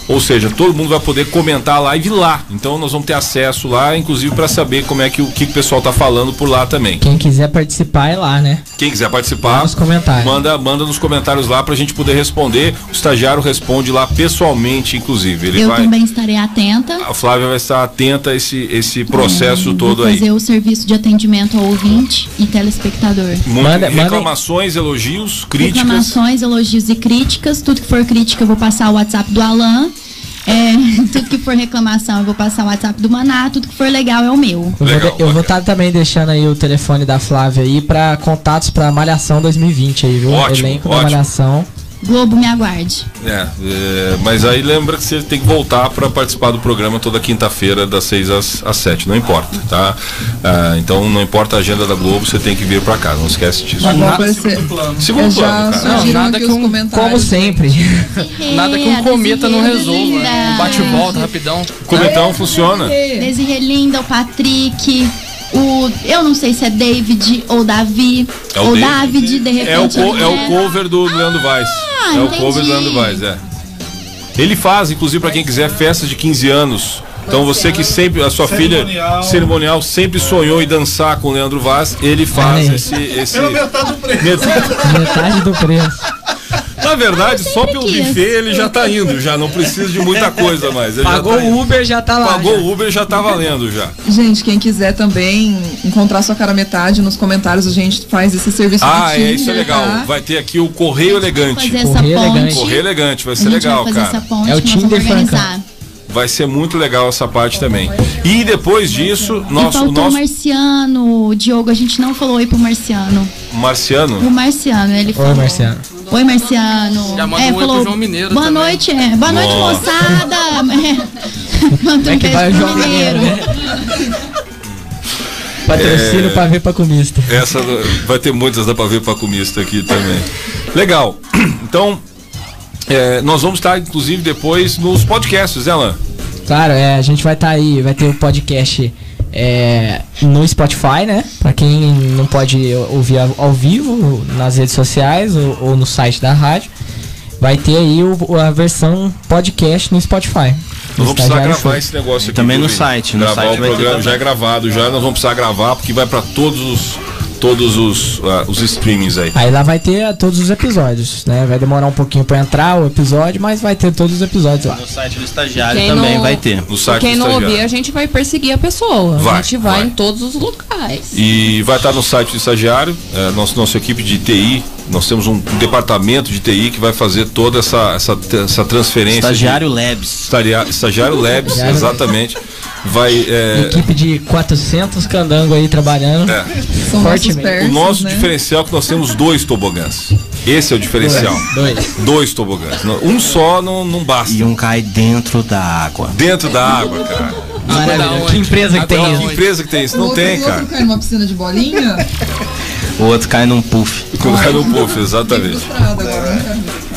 Speaker 4: Ou seja, todo mundo vai poder comentar a live lá. Então nós vamos ter acesso lá, inclusive para saber como é que o que o pessoal tá falando por lá também.
Speaker 8: Quem quiser participar é lá, né?
Speaker 4: Quem quiser participar,
Speaker 8: comentários.
Speaker 4: manda manda nos comentários lá pra gente poder responder. O estagiário responde lá pessoalmente, inclusive. Ele
Speaker 11: eu
Speaker 4: vai
Speaker 11: também estarei atenta.
Speaker 4: a Flávia vai estar atenta a esse esse processo todo
Speaker 11: Vou
Speaker 4: aí.
Speaker 11: fazer o serviço de atendimento ao ouvinte e telespectador.
Speaker 4: Muito- reclamações, elogios, críticas.
Speaker 11: Reclamações, elogios e críticas. Tudo que for crítica, eu vou passar o WhatsApp do Alan. É, tudo que for reclamação, eu vou passar o WhatsApp do Maná. Tudo que for legal é o meu.
Speaker 8: Eu vou de- eu vou estar também deixando aí o telefone da Flávia aí pra contatos pra Malhação 2020 aí, viu?
Speaker 4: Ótimo,
Speaker 8: Elenco da
Speaker 4: ótimo.
Speaker 8: Malhação.
Speaker 11: Globo, me aguarde.
Speaker 4: É, é, mas aí lembra que você tem que voltar para participar do programa toda quinta-feira, das 6 às, às 7, não importa, tá? Ah, então não importa a agenda da Globo, você tem que vir para cá, não esquece disso.
Speaker 9: Agora vai ser-
Speaker 4: Segundo
Speaker 9: Tá Eu já
Speaker 4: plano, cara.
Speaker 9: surgiram
Speaker 4: Não,
Speaker 8: nada
Speaker 9: aqui os comentários.
Speaker 8: Como sempre.
Speaker 16: Nada que um cometa não resolva. né? Bate e volta rapidão.
Speaker 4: Comentão funciona.
Speaker 11: Desirê Linda, o Patrick, o. Eu não sei se é David ou Davi.
Speaker 4: É o
Speaker 11: ou
Speaker 4: David.
Speaker 11: David, de repente.
Speaker 4: É o, co-
Speaker 11: ele
Speaker 4: é o cover do
Speaker 11: Ah,
Speaker 4: Leandro Vaz. é o cover do Leandro Vaz, é. Ele faz, inclusive, para quem quiser, festas de 15 anos. Então
Speaker 11: é.
Speaker 4: você que sempre, a sua filha
Speaker 18: Cerimonial.
Speaker 4: cerimonial sempre sonhou em dançar com o Leandro Vaz, ele faz
Speaker 18: Olha aí.
Speaker 4: esse. esse...
Speaker 18: Pela metade do preço.
Speaker 8: Metade do preço.
Speaker 4: Na verdade, só pelo buffet ele já tá indo, já não precisa de muita coisa mais. Ele já
Speaker 8: Pagou
Speaker 4: tá indo.
Speaker 8: o Uber, já tá lá.
Speaker 4: Pagou
Speaker 8: já.
Speaker 4: o Uber já tá valendo já.
Speaker 9: Gente, quem quiser também encontrar sua cara metade nos comentários, a gente faz esse serviço
Speaker 4: Ah,
Speaker 9: do Tinder,
Speaker 4: é, isso é
Speaker 9: tá?
Speaker 4: legal. Vai ter aqui o Correio Elegante.
Speaker 11: Fazer essa Correio ponte. elegante.
Speaker 4: Correio Elegante, vai
Speaker 11: A
Speaker 4: ser
Speaker 11: gente
Speaker 4: é legal,
Speaker 11: vai fazer
Speaker 4: cara.
Speaker 11: essa ponte,
Speaker 8: É
Speaker 11: nós vamos organizar.
Speaker 4: Vai ser muito legal essa parte também. E depois disso,
Speaker 11: e
Speaker 4: nosso,
Speaker 11: faltou
Speaker 4: o
Speaker 11: o
Speaker 4: nosso
Speaker 11: Marciano, Diogo, a gente não falou oi pro Marciano. O
Speaker 4: Marciano.
Speaker 11: Marciano, ele falou.
Speaker 8: Oi, Marciano.
Speaker 11: Oi, Marciano. É,
Speaker 16: Já manda um oi pro João Mineiro
Speaker 11: Boa
Speaker 16: também.
Speaker 11: noite, é. Boa noite,
Speaker 4: Nossa.
Speaker 11: moçada. É. Manda um
Speaker 8: É que vai o
Speaker 11: beijo pro
Speaker 8: João né?
Speaker 11: Mineiro.
Speaker 8: Patrocínio
Speaker 4: É.
Speaker 8: pra ver pra comista.
Speaker 4: Essa vai ter muitas dá pra ver pra comista aqui também. Legal. Então, é, nós vamos estar, inclusive, depois nos podcasts, né, Alan?
Speaker 8: Claro, é, a gente vai estar aí, vai ter o podcast é, no Spotify, né? Pra quem não pode ouvir ao- ao vivo, nas redes sociais ou, ou no site da rádio. Vai ter aí o- a versão podcast no Spotify.
Speaker 4: Nós vamos precisar
Speaker 8: Estagiário
Speaker 4: gravar
Speaker 8: Show.
Speaker 4: esse negócio aqui.
Speaker 6: Também
Speaker 4: viu,
Speaker 6: no
Speaker 4: Vini?
Speaker 6: site, no
Speaker 4: gravar
Speaker 6: site
Speaker 4: o
Speaker 6: vai ter
Speaker 4: programa
Speaker 6: também.
Speaker 4: já é gravado, já nós vamos precisar gravar porque vai para todos os todos os, ah, os streamings aí.
Speaker 8: Aí lá vai ter ah, todos os episódios, né? Vai demorar um pouquinho pra entrar o episódio, mas vai ter todos os episódios lá.
Speaker 6: No site do estagiário
Speaker 7: Quem
Speaker 6: também
Speaker 7: não-
Speaker 6: vai ter.
Speaker 4: No site
Speaker 7: Quem
Speaker 4: do
Speaker 7: não
Speaker 4: estagiário.
Speaker 7: ouvir, a gente vai perseguir a pessoa.
Speaker 4: Vai,
Speaker 7: a gente vai,
Speaker 4: vai.
Speaker 7: em todos os locais.
Speaker 4: E vai estar no site do estagiário, é, nosso, nossa equipe de TI, nós temos um departamento de TI que vai fazer toda essa, essa, essa transferência.
Speaker 6: Estagiário
Speaker 4: Labs. estagiário Labs, exatamente. Vai. é,
Speaker 8: Equipe de 400 candango aí trabalhando.
Speaker 9: São nossos
Speaker 8: Fortemente.
Speaker 9: persas,
Speaker 4: o nosso
Speaker 9: né?
Speaker 4: diferencial é que nós temos dois tobogãs. Esse é o diferencial.
Speaker 8: Dois.
Speaker 4: Dois tobogãs. Não, Um só não, não basta. E
Speaker 6: um cai dentro da água.
Speaker 4: Dentro da água, cara.
Speaker 8: Maravilha. Que empresa que tem
Speaker 4: Que
Speaker 8: isso?
Speaker 4: empresa que tem isso?
Speaker 9: O
Speaker 4: Não
Speaker 9: outro-
Speaker 4: tem,
Speaker 9: o outro
Speaker 4: cara. Tá
Speaker 9: cai numa piscina de bolinha?
Speaker 6: O outro cai num puff.
Speaker 4: Colocar no puff, exatamente.
Speaker 9: Nada agora, não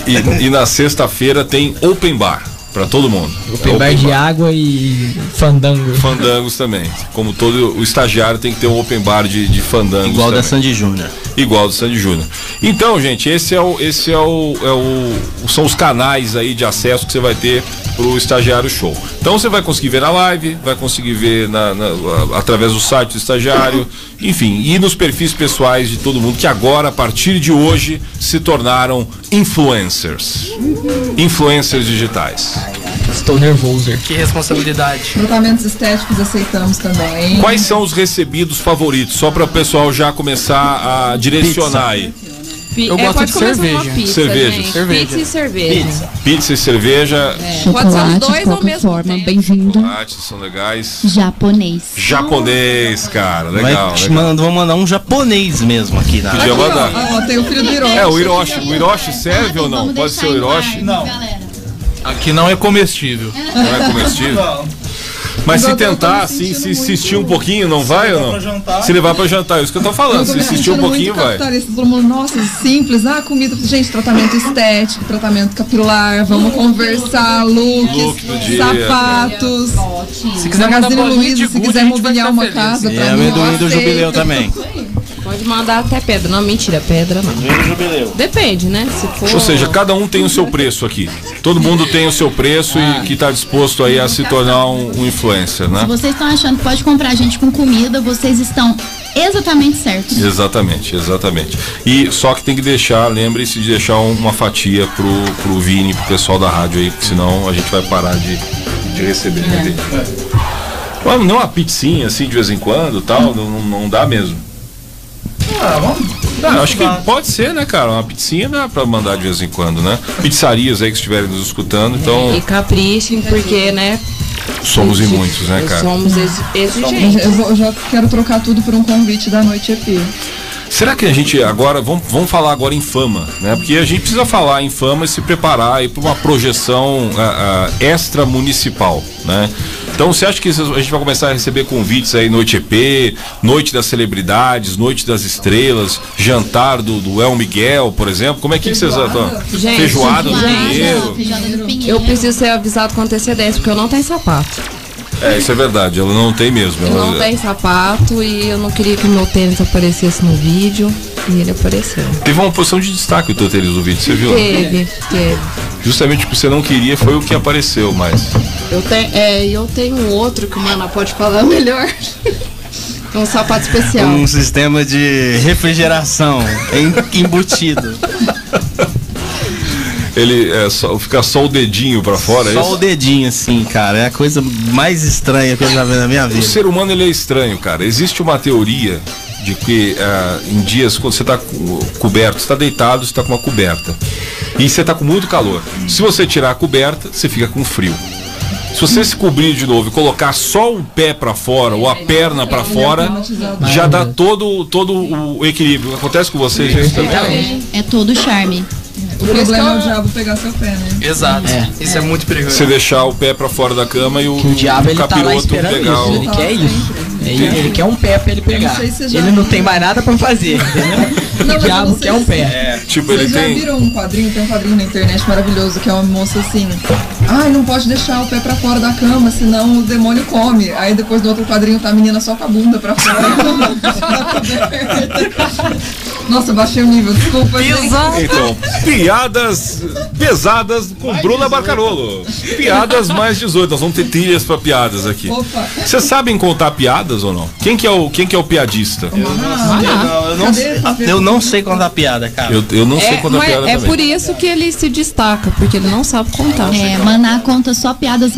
Speaker 9: quero ver.
Speaker 4: E, e na sexta-feira tem open bar pra todo mundo.
Speaker 8: Open bar de água e fandango.
Speaker 4: Fandangos também. Como todo o estagiário tem que ter um open bar de, de fandangos.
Speaker 6: Igual da
Speaker 4: também.
Speaker 6: Sandy Júnior.
Speaker 4: Igual do Sandy Júnior. Então, gente, esse é o, esse é o, é o- são os canais aí de acesso que você vai ter pro estagiário show. Então você vai conseguir ver na live, vai conseguir ver na- na- a- através do site do estagiário, enfim, e nos perfis pessoais de todo mundo que agora, a partir de hoje, se tornaram influencers. Influencers digitais.
Speaker 8: Estou nervoso.
Speaker 5: Que responsabilidade.
Speaker 9: Tratamentos estéticos aceitamos também. hein?
Speaker 4: Quais são os recebidos favoritos? Só para o pessoal já começar a direcionar aí.
Speaker 7: Pi-
Speaker 5: Eu
Speaker 7: é,
Speaker 5: gosto
Speaker 7: pode
Speaker 5: de
Speaker 7: começar numa
Speaker 4: cerveja.
Speaker 7: Pizza,
Speaker 4: Cerveja.
Speaker 7: gente.
Speaker 4: Cerveja.
Speaker 7: Pizza e cerveja.
Speaker 4: Pizza e cerveja,
Speaker 9: É.
Speaker 7: Pode ser os
Speaker 11: Chocolate,
Speaker 7: dois ao mesmo
Speaker 11: forma, bem-vindo.
Speaker 4: chocolates são legais.
Speaker 11: Japonês.
Speaker 4: Japonês, cara, legal.
Speaker 6: Vai te
Speaker 4: legal.
Speaker 6: manda- vamos mandar um japonês mesmo aqui tá? na
Speaker 4: Podia mandar.
Speaker 9: Ó, tem o filho do Hiroshi.
Speaker 4: É, o Hiroshi. O Hiroshi serve ou não? Pode ser o Hiroshi? Não.
Speaker 18: Aqui não é comestível.
Speaker 4: Não é comestível? Mas se
Speaker 18: Agora eu tô
Speaker 4: tentar,
Speaker 18: me
Speaker 4: assim,
Speaker 18: sentindo
Speaker 4: se
Speaker 18: muito-
Speaker 4: insistir um pouquinho, não vai ou
Speaker 18: levar pra
Speaker 4: não?
Speaker 18: jantar.
Speaker 4: Se levar pra jantar, é isso que eu tô falando.
Speaker 9: Eu tô
Speaker 4: Se
Speaker 9: me
Speaker 4: insistir um
Speaker 9: sentindo Tá,
Speaker 4: pouquinho,
Speaker 9: muito
Speaker 4: vai.
Speaker 9: capitalista, Todo mundo, nossa, simples. Ah, comida. Gente, tratamento estético, tratamento capilar. Vamos conversar. Looks,
Speaker 4: Look do dia,
Speaker 9: sapatos.
Speaker 7: Se
Speaker 9: quiser Magazine Luiza, se quiser mobiliar uma casa
Speaker 4: É,
Speaker 6: E
Speaker 9: pra mim,
Speaker 6: amendoim
Speaker 9: eu
Speaker 6: do
Speaker 9: aceito.
Speaker 6: jubileu também.
Speaker 7: Pode mandar até pedra. Não, mentira, pedra não. Depende, né? Se for.
Speaker 4: Ou seja, cada um tem o seu preço aqui. Todo mundo tem o seu preço
Speaker 9: Ah.
Speaker 4: e que tá disposto aí a se tornar um, um influencer,
Speaker 11: Se
Speaker 4: né?
Speaker 11: vocês estão achando que pode comprar a gente com comida, vocês estão exatamente certos.
Speaker 4: Exatamente, exatamente. E só que tem que deixar, lembre-se de deixar um, uma fatia pro, pro Vini, pro pessoal da rádio aí, porque senão a gente vai parar de, de receber,
Speaker 7: É.
Speaker 4: né, Vini? Vamos, não uma pizzinha assim de vez em quando tal, não, não, não dá mesmo.
Speaker 18: Ah, vamos.
Speaker 4: Ah, eu acho que pode ser, né, cara? Uma pizzinha dá pra mandar de vez em quando, né? Pizzarias aí que estiverem nos escutando,
Speaker 7: E
Speaker 4: então
Speaker 7: caprichem, porque, né?
Speaker 4: somos em muitos, né, cara?
Speaker 7: Somos ex-
Speaker 9: Gente, eu,
Speaker 7: exigentes.
Speaker 9: vou- eu já quero trocar tudo por um convite da noite EP.
Speaker 4: Será que a gente agora, vamos, vamos falar agora em fama, né? Porque a gente precisa falar em fama e se preparar aí para uma projeção ah, ah, extra-municipal, né? Então você acha que isso- a gente vai começar a receber convites aí Noite EP, Noite das Celebridades, Noite das Estrelas, Jantar do, do El Miguel, por exemplo? Como é que, que vocês estão?
Speaker 7: Gente,
Speaker 4: Feijoada do
Speaker 7: feijoada.
Speaker 4: Pinheiro.
Speaker 7: Eu preciso ser avisado com antecedência, porque eu não tenho sapato.
Speaker 4: É, isso é verdade, ela não tem mesmo.
Speaker 7: Eu
Speaker 4: ela-
Speaker 7: não tenho sapato e eu não queria que meu tênis aparecesse no vídeo. E ele apareceu.
Speaker 4: Teve uma posição de destaque o teu tênis do vídeo, você viu? né?
Speaker 7: Teve, teve.
Speaker 4: Justamente o que você não queria foi o que apareceu, mas.
Speaker 7: Eu, te, é, e eu
Speaker 9: um
Speaker 7: tenho outro que o Maná pode falar melhor. É um sapato especial.
Speaker 6: Um sistema de refrigeração em- embutido.
Speaker 4: Ele é só, fica só o dedinho pra fora, é
Speaker 6: Só
Speaker 4: isso?
Speaker 6: o dedinho assim, cara. É a coisa mais estranha que eu já vi na minha
Speaker 4: O
Speaker 6: vida.
Speaker 4: ser humano ele é estranho, cara. Existe uma teoria de que ah, em dias quando você tá co- coberto, você tá deitado, você tá com uma coberta. E você tá com muito calor. Se você tirar a coberta, você fica com frio. Se você se cobrir de novo e colocar só o pé pra fora ou a perna pra fora, já dá todo, todo o equilíbrio. Acontece com vocês gente?
Speaker 8: tá
Speaker 11: É todo o charme.
Speaker 9: O problema é o diabo pegar seu pé, né?
Speaker 5: Exato. Isso é muito perigoso.
Speaker 4: Você deixar o pé pra fora da cama e o,
Speaker 8: Que o diabo ele tá lá
Speaker 4: capiroto
Speaker 8: esperando
Speaker 4: pegar
Speaker 8: isso.
Speaker 4: o...
Speaker 8: Ele quer isso. Ele, ele quer um pé pra ele pegar.
Speaker 9: sei se você já
Speaker 8: Ele não tem mais nada pra fazer, entendeu?
Speaker 9: Não,
Speaker 8: o
Speaker 9: mas eu
Speaker 8: diabo
Speaker 9: não sei
Speaker 8: quer um
Speaker 9: se-
Speaker 8: pé.
Speaker 4: Tipo, ele
Speaker 9: Vocês já
Speaker 4: tem.
Speaker 9: viram um quadrinho? Tem um quadrinho na internet maravilhoso que é uma moça assim. Ai, não pode deixar o pé pra fora da cama, senão o demônio come. Aí depois do outro quadrinho tá a menina só com a bunda pra fora. Nossa, baixei o nível, desculpa.
Speaker 4: Pesado.
Speaker 9: gente.
Speaker 4: Então, piadas pesadas com Bruna Barcarolo. Piadas mais 18. Nós vamos ter trilhas pra piadas aqui.
Speaker 9: Opa.
Speaker 4: Vocês sabem contar piadas ou não? Quem que é o, quem que é o piadista?
Speaker 6: não, eu, não,
Speaker 7: Cadê?
Speaker 6: sei- eu não sei contar piada, cara.
Speaker 4: Eu, eu não sei
Speaker 7: é,
Speaker 4: contar
Speaker 7: mas
Speaker 4: piada
Speaker 7: é
Speaker 4: também.
Speaker 7: por isso que ele se destaca, porque ele não sabe
Speaker 4: Tá
Speaker 7: contar.
Speaker 11: É, Maná conta só piadas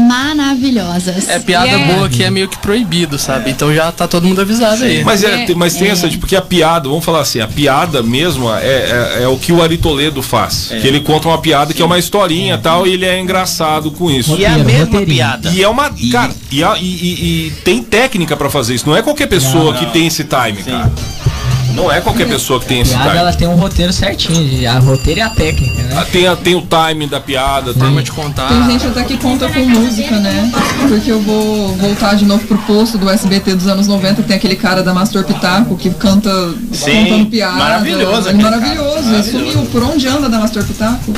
Speaker 11: maravilhosas.
Speaker 5: É piada boa que é meio que proibido, sabe? Então já tá todo mundo avisado aí.
Speaker 4: Mas, é,
Speaker 7: né?
Speaker 4: tem- mas tem essa, tipo, que a piada, vamos falar assim, a piada mesmo é, é, é o que o Ari Toledo faz. Que ele conta uma piada que é uma historinha e tal, e ele é engraçado com isso.
Speaker 6: E é a Roteiro, mesma roteirinho.
Speaker 4: piada. E é uma. Cara, e, a- e- e- e tem técnica pra fazer isso. Não é qualquer
Speaker 8: Não.
Speaker 4: pessoa
Speaker 8: Hum.
Speaker 4: que tem esse time, cara. Não é qualquer pessoa que tem esse
Speaker 8: piada,
Speaker 4: time.
Speaker 8: ela tem um roteiro certinho, de- a roteiro e a técnica, né?
Speaker 4: Ah, Tem, a- tem o time da piada, tem. Forma de contar.
Speaker 9: Tem gente até que conta com música, né? Porque eu vou voltar de novo pro posto do SBT dos anos 90, que tem aquele cara da Mastor Pitaco que canta
Speaker 4: Sim,
Speaker 9: contando piada.
Speaker 4: maravilhoso aquele cara,
Speaker 9: Maravilhoso. Ele sumiu. Por onde anda da Mastor Pitaco?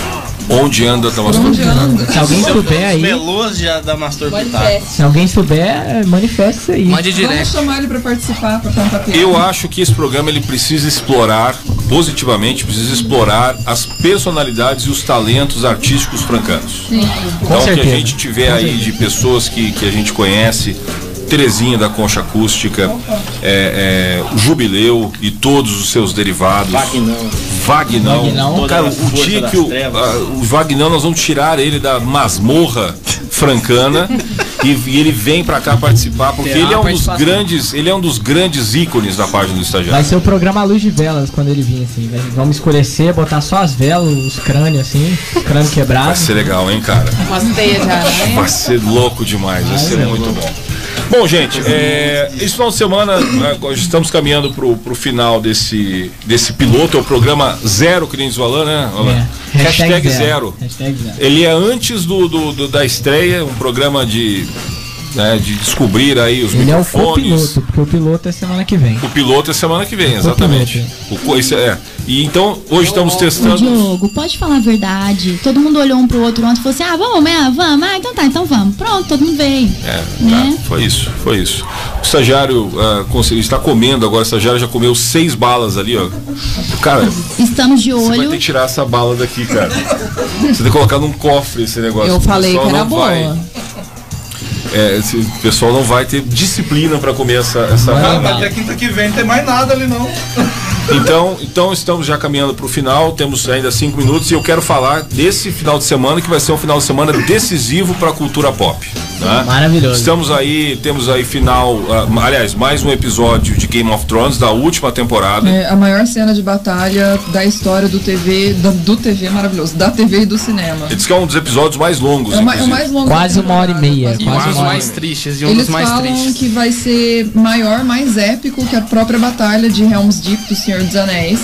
Speaker 4: Onde anda, tá mostrando.
Speaker 9: Onde anda?
Speaker 8: Se alguém souber aí-
Speaker 6: Veloz já dá masturbitar.
Speaker 8: Se alguém souber, manifesta isso aí.
Speaker 9: Vamos chamar ele pra participar, pra contar piada.
Speaker 4: Eu acho que esse programa ele precisa explorar positivamente, precisa explorar as personalidades e os talentos artísticos francanos. Então, que a gente tiver aí de pessoas que, que a gente conhece, Terezinha da Concha Acústica, é, é, o Jubileu e todos os seus derivados.
Speaker 6: Vagnão.
Speaker 4: Vagnão.
Speaker 6: Vagnão.
Speaker 4: Cara,
Speaker 6: Todas
Speaker 4: o
Speaker 6: as
Speaker 4: dia
Speaker 6: forças
Speaker 4: que o,
Speaker 6: das trevas.
Speaker 4: a- o Vagnão, nós vamos tirar ele da masmorra francana e, e ele vem pra cá participar, porque
Speaker 8: Terá
Speaker 4: ele é um dos
Speaker 8: participação.
Speaker 4: grandes, ele é um dos grandes ícones da página do
Speaker 8: Vai
Speaker 4: estagiário.
Speaker 8: ser o programa Luz de Velas quando ele vir, assim. vai- Vamos escurecer, botar só as velas, os crânios, assim, os crânios
Speaker 4: Vai
Speaker 8: quebrados.
Speaker 4: ser legal, hein, cara?
Speaker 7: Umas teias de
Speaker 8: né?
Speaker 7: aranha.
Speaker 4: Vai ser louco demais, vai ser muito bom. Bom, gente, é, esse final de semana é, nós estamos caminhando pro, pro final desse, desse piloto, é o programa Zero, que nem diz o Alan, né? Alan?
Speaker 8: É.
Speaker 4: Hashtag,
Speaker 8: Hashtag
Speaker 4: zero.
Speaker 8: zero. Hashtag zero.
Speaker 4: Ele é antes do, do- do- da estreia, um programa de, né, de descobrir aí os
Speaker 8: Ele é o
Speaker 4: microfones.
Speaker 8: copiloto, porque o piloto é semana que vem.
Speaker 4: o piloto é semana que vem, exatamente. O, co- isso é. E então, hoje estamos
Speaker 11: Ô,
Speaker 4: testando.
Speaker 11: Diogo, pode falar a verdade. Todo mundo olhou um pro outro ontem e falou assim: ah, vamos, né? Vamos, ah, então tá, então vamos. Pronto, todo mundo veio.
Speaker 4: É,
Speaker 11: Né?
Speaker 4: tá, foi isso, foi isso. O estagiário ah, conse- está comendo agora, o estagiário já comeu seis balas ali, ó. Cara,
Speaker 7: Um
Speaker 11: Estamos de
Speaker 4: você vai ter
Speaker 11: olho.
Speaker 4: que tirar essa bala daqui, cara. Você tem que colocar num cofre esse negócio.
Speaker 7: Eu
Speaker 4: o
Speaker 7: falei que
Speaker 4: pessoal
Speaker 7: era
Speaker 4: não vai-
Speaker 7: boa.
Speaker 4: é, esse- o pessoal não vai ter disciplina para comer essa, essa
Speaker 18: Cara,
Speaker 4: bala.
Speaker 18: até quinta que vem não tem mais nada ali não.
Speaker 4: Então, então estamos já caminhando para o final, temos ainda cinco minutos e eu quero falar desse final de semana que vai ser um final de semana decisivo para a cultura pop. né?
Speaker 8: Maravilhoso.
Speaker 4: Estamos aí, temos aí final, ah, aliás, mais um episódio de Game of Thrones da última temporada.
Speaker 9: É, a maior cena de batalha da história do TV, do, do TV maravilhoso, da TV e do cinema.
Speaker 4: Ele diz que é um dos episódios mais longos.
Speaker 9: É o ma- é o
Speaker 4: inclusive.
Speaker 9: mais longo
Speaker 8: Quase
Speaker 9: da
Speaker 8: uma hora e meia. Quase
Speaker 9: E
Speaker 4: mais
Speaker 8: uma
Speaker 4: um
Speaker 8: hora e
Speaker 4: mais
Speaker 8: meia.
Speaker 5: Tristes e um
Speaker 9: Eles
Speaker 5: dos mais
Speaker 9: falam
Speaker 5: tristes.
Speaker 9: que vai ser maior, mais épico que a própria batalha de Helm's Deep do Senhor dos Anéis.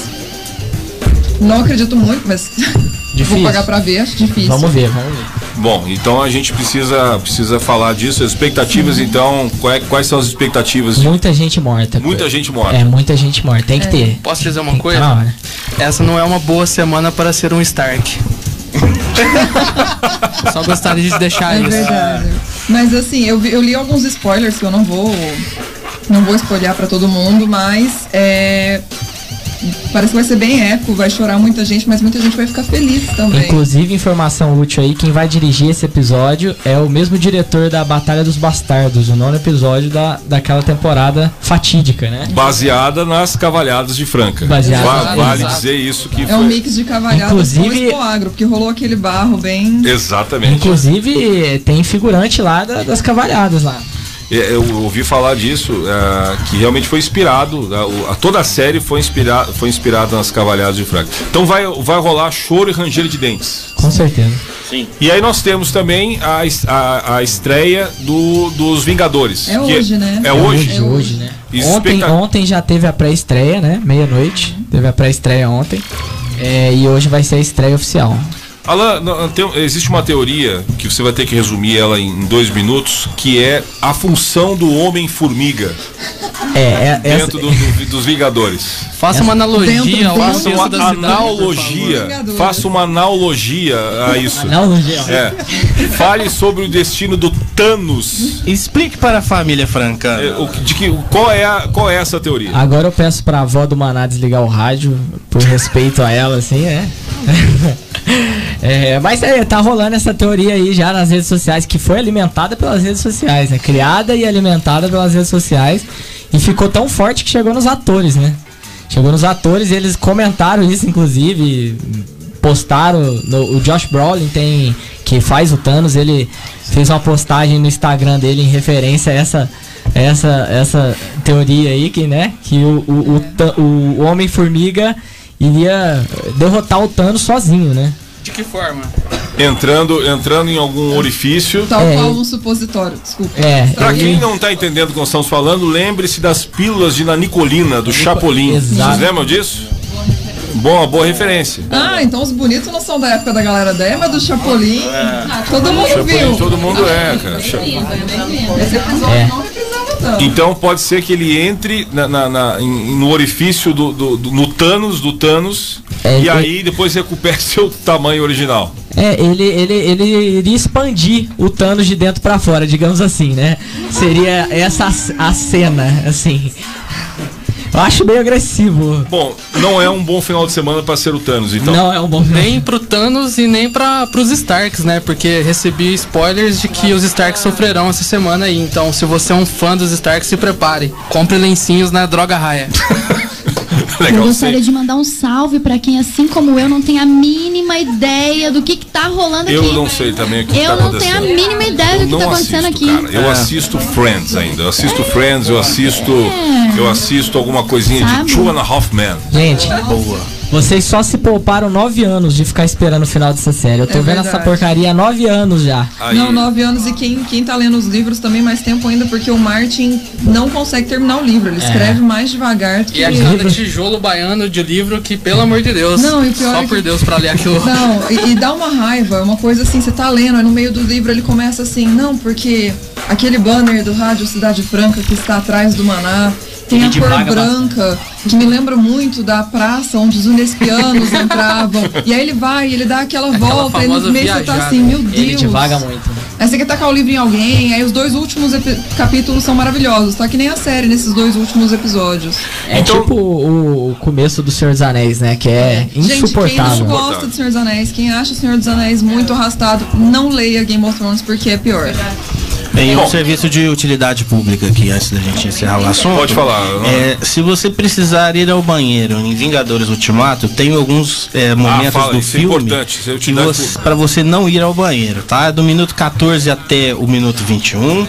Speaker 9: Não acredito muito, mas vou
Speaker 4: Difícil.
Speaker 9: pagar pra ver, acho difícil.
Speaker 8: Vamos ver, vamos ver.
Speaker 4: Bom, então a gente precisa, precisa falar disso. As expectativas, então, qual é- quais são as expectativas?
Speaker 8: Muita gente morta.
Speaker 4: Muita gente morta.
Speaker 8: É, muita gente morta. Tem que ter.
Speaker 5: Posso dizer uma
Speaker 8: Tem que
Speaker 5: coisa?
Speaker 8: tá na hora.
Speaker 5: Essa não é uma boa semana para ser um Stark. Só gostaria de deixar
Speaker 9: É
Speaker 5: isso.
Speaker 9: verdade. Mas assim, eu, vi- eu li alguns spoilers que eu não vou. Não vou spoiler pra todo mundo, mas é, Parece que vai ser bem épico, vai chorar muita gente, mas muita gente vai ficar feliz também.
Speaker 8: Inclusive, informação útil aí, quem vai dirigir esse episódio é o mesmo diretor da Batalha dos Bastardos, o nono episódio da, daquela temporada fatídica, né?
Speaker 4: Baseada nas cavalhadas de Franca.
Speaker 8: Baseada-
Speaker 4: Va- vale
Speaker 8: Exato.
Speaker 4: dizer isso que
Speaker 9: É um mix de cavalhada
Speaker 8: Inclusive-
Speaker 9: com escoagro, porque rolou aquele barro bem.
Speaker 4: Exatamente.
Speaker 8: Inclusive, tem figurante lá da- das cavalhadas lá.
Speaker 4: É, Eu ouvi falar disso, ah, que realmente foi inspirado, ah, o- a, toda a série foi, inspira, foi inspirada nas Cavalhadas de Franca. Então vai, vai rolar choro e ranger de dentes.
Speaker 8: Com certeza.
Speaker 4: Sim. E aí nós temos também a, es- a, a estreia do, dos Vingadores.
Speaker 8: É hoje, né?
Speaker 4: É
Speaker 8: É
Speaker 4: hoje.
Speaker 8: hoje, hoje, né?
Speaker 4: E
Speaker 8: Ontem,
Speaker 4: expecta-
Speaker 8: ontem já teve a pré-estreia, né? Meia-noite. Teve a pré-estreia ontem. É, e hoje vai ser a estreia oficial.
Speaker 4: Alan, não, tem- existe uma teoria que você vai ter que resumir ela em dois minutos, que é a função do homem-formiga
Speaker 8: É, é, é
Speaker 4: dentro do- do- dos Vingadores.
Speaker 5: Faça uma analogia ao
Speaker 4: faça
Speaker 5: contexto
Speaker 4: uma
Speaker 5: da cidade, por favor.
Speaker 4: analogia. Faça uma analogia a isso.
Speaker 8: Analogia.
Speaker 4: É. Fale sobre o destino do Thanos.
Speaker 6: Explique para a família Franca.
Speaker 4: de que, qual, é a- qual é essa teoria?
Speaker 8: Agora eu peço pra avó do Maná desligar o rádio, por respeito a ela, assim, é. É, mas é, tá rolando essa teoria aí já nas redes sociais, que foi alimentada pelas redes sociais, né? Criada e alimentada pelas redes sociais. E ficou tão forte que chegou nos atores, né? Chegou nos atores e eles comentaram isso, inclusive. Postaram. no- o Josh Brolin tem. que faz o Thanos, ele fez uma postagem no Instagram dele em referência a essa. Essa, essa teoria aí que, né? Que o, o, o, Tha- o Homem-Formiga iria derrotar o Thanos sozinho, né?
Speaker 5: De que forma?
Speaker 4: Entrando, entrando em algum orifício.
Speaker 9: Tal
Speaker 8: É,
Speaker 9: qual um supositório, desculpa.
Speaker 4: Pra quem não tá entendendo o que nós estamos falando, lembre-se das pílulas de nanicolina, do Chapolin.
Speaker 9: Exato.
Speaker 4: Vocês lembram disso? Boa, boa referência.
Speaker 9: Ah, então os bonitos não são da época da galera dela, mas do Chapolin. Ah, todo mundo
Speaker 4: Chapolin,
Speaker 9: viu.
Speaker 4: todo mundo é, cara. Chapolin.
Speaker 9: Esse episódio
Speaker 4: É.
Speaker 9: não reprisava tanto.
Speaker 4: Então pode ser que ele entre na- na- na- em- no orifício do, do- do- no Thanos, do Thanos,
Speaker 8: É,
Speaker 4: e
Speaker 8: é-
Speaker 4: aí depois recupere seu tamanho original.
Speaker 8: É, ele, ele, ele iria expandir o Thanos de dentro pra fora, digamos assim, né? Seria essa a c- a cena, assim. Eu acho meio agressivo.
Speaker 4: Bom, não é um bom final de semana para ser o Thanos, então.
Speaker 8: Não, é um bom
Speaker 5: Nem pro Thanos e nem pra, pros Starks, né? Porque recebi spoilers de que os Starks sofrerão essa semana aí. Então, se você é um fã dos Starks, se prepare. Compre lencinhos na Droga Raia.
Speaker 11: eu gostaria de mandar um salve pra quem, assim como eu, não tem a mínima ideia do que, que tá rolando
Speaker 4: Eu
Speaker 11: aqui.
Speaker 4: não sei também o que
Speaker 11: eu
Speaker 4: tá
Speaker 11: não tenho a
Speaker 4: acontecendo.
Speaker 11: mínima ideia do
Speaker 4: Eu
Speaker 11: que tá
Speaker 4: não
Speaker 11: acontecendo aqui.
Speaker 4: Cara,
Speaker 8: É.
Speaker 4: eu assisto Friends ainda. Eu assisto Friends, eu assisto. Eu assisto alguma coisinha
Speaker 8: Sabe?
Speaker 4: de Two and a Half Men.
Speaker 8: Gente,
Speaker 4: Boa.
Speaker 8: vocês só se pouparam nove anos de ficar esperando o final dessa série. Eu tô
Speaker 9: É
Speaker 8: vendo
Speaker 9: verdade.
Speaker 8: essa porcaria há nove anos já.
Speaker 9: Não, nove anos e quem, quem tá lendo os livros também mais tempo ainda, porque o Martin não consegue terminar o livro. Ele
Speaker 8: É.
Speaker 9: escreve mais devagar do que
Speaker 5: E a cada tijolo baiano de livro que, pelo amor de Deus,
Speaker 9: Não, e pior
Speaker 5: só
Speaker 9: é que-
Speaker 5: por Deus pra ler aquilo.
Speaker 9: Não, e, e dá uma raiva, é uma coisa assim, você tá lendo, aí no meio do livro ele começa assim, não, porque aquele banner do rádio Cidade Franca que está atrás do Maná tem
Speaker 20: Ele
Speaker 9: a
Speaker 20: te
Speaker 9: cor
Speaker 20: paga
Speaker 9: branca, que me lembra muito da praça onde os unespianos entravam. E aí ele vai, ele dá aquela, volta, e no
Speaker 8: famosa
Speaker 9: meio você tá
Speaker 8: viajada.
Speaker 9: assim, meu Deus.
Speaker 8: Ele divaga muito.
Speaker 9: Aí você quer tacar o livro em alguém, aí os dois últimos epi- capítulos são maravilhosos, tá que nem a série nesses dois últimos episódios.
Speaker 8: É tipo o, o começo do Senhor dos Anéis, né? Que é
Speaker 9: Gente, quem não
Speaker 8: insuportável.
Speaker 9: gosta do Senhor dos Anéis, quem acha o Senhor dos Anéis muito
Speaker 4: É.
Speaker 9: arrastado, não leia Game of Thrones porque é pior.
Speaker 6: Tem um serviço de utilidade pública aqui antes da gente encerrar o assunto.
Speaker 4: Pode falar.
Speaker 6: É, se você precisar ir ao banheiro em Vingadores Ultimato, tem alguns é, momentos
Speaker 4: fala,
Speaker 6: do
Speaker 4: isso é
Speaker 6: filme
Speaker 4: importante, isso é
Speaker 6: que
Speaker 4: utilidade
Speaker 6: você,
Speaker 4: pública.
Speaker 6: para você não ir ao banheiro, tá? Do minuto 14 até o minuto 21,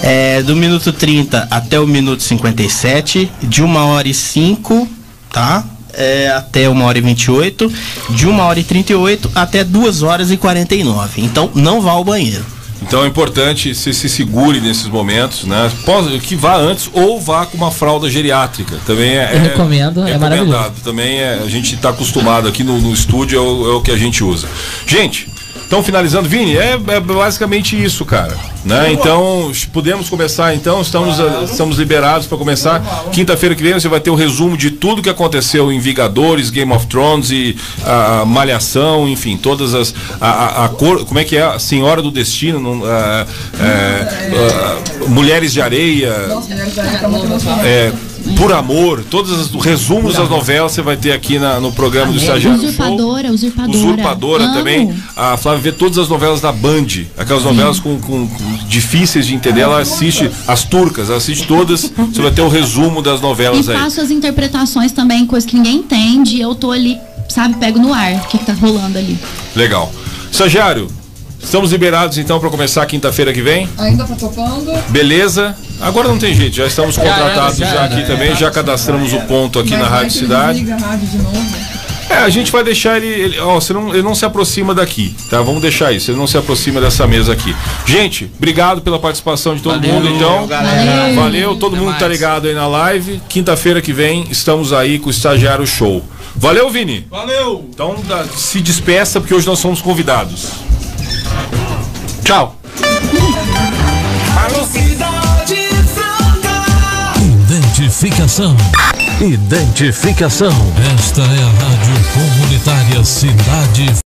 Speaker 6: é, do minuto 30 até o minuto 57, de uma hora e 5, tá? É, até 1 hora e 28, de 1 hora e 38 até 2 horas e 49. Então não vá ao banheiro.
Speaker 4: Então é importante se se segure nesses momentos, né? Pode- que vá antes ou vá com uma fralda geriátrica. Também é,
Speaker 8: Eu recomendo, é
Speaker 4: recomendado.
Speaker 8: maravilhoso.
Speaker 4: Também é, a gente está acostumado aqui no, no estúdio, é o, é o que a gente usa. Gente, então finalizando, Vini, é, é basicamente isso, cara. Né? Então, podemos começar então, estamos, ah, estamos liberados para começar. Quinta-feira que vem você vai ter o resumo de tudo que aconteceu em Vingadores, Game of Thrones e a, a Malhação, enfim, todas as. A, a- a cor, como é que é? A Senhora do Destino, não- a- a- a- Mulheres de Areia. É, por amor, todos os resumos das novelas você vai ter aqui na- no programa do Estagiário do Show.
Speaker 11: Usurpadora, usurpadora.
Speaker 4: Usurpadora
Speaker 11: Amo.
Speaker 4: também. A Flávia vê todas as novelas da Band, aquelas novelas com, com- com- difíceis de entender. Ela assiste as turcas, ela assiste todas. Você vai ter o resumo das
Speaker 11: E
Speaker 4: novelas aí.
Speaker 11: faço as interpretações também, coisa que ninguém entende. E eu tô ali, sabe, pego no ar o que, que tá rolando ali.
Speaker 4: Legal. Estagiário, estamos liberados então para começar quinta-feira que vem.
Speaker 9: Ainda tá topando?
Speaker 4: Beleza? Agora não tem jeito, já estamos
Speaker 9: Já era,
Speaker 4: contratados
Speaker 9: já
Speaker 4: já
Speaker 9: era,
Speaker 4: aqui
Speaker 9: é.
Speaker 4: também, já cadastramos o ponto aqui
Speaker 9: Mas
Speaker 4: na
Speaker 9: vai
Speaker 4: Rádio
Speaker 9: que ele
Speaker 4: Cidade.
Speaker 9: desliga a rádio de novo.
Speaker 4: É, a gente vai deixar ele. Ele, ó, você não, ele não se aproxima daqui, tá? Vamos deixar isso. Ele não se aproxima dessa mesa aqui. Gente, obrigado pela participação de todo mundo, então.
Speaker 6: galera.
Speaker 4: Valeu, todo mundo que tá ligado aí na live. Quinta-feira que vem estamos aí com o estagiário show. Valeu, Vini. Valeu. Então dá- se despeça, porque hoje nós somos convidados. Tchau.
Speaker 2: Alô, cidade franca.
Speaker 1: Identificação. Identificação. Esta é a Rádio Comunitária Cidade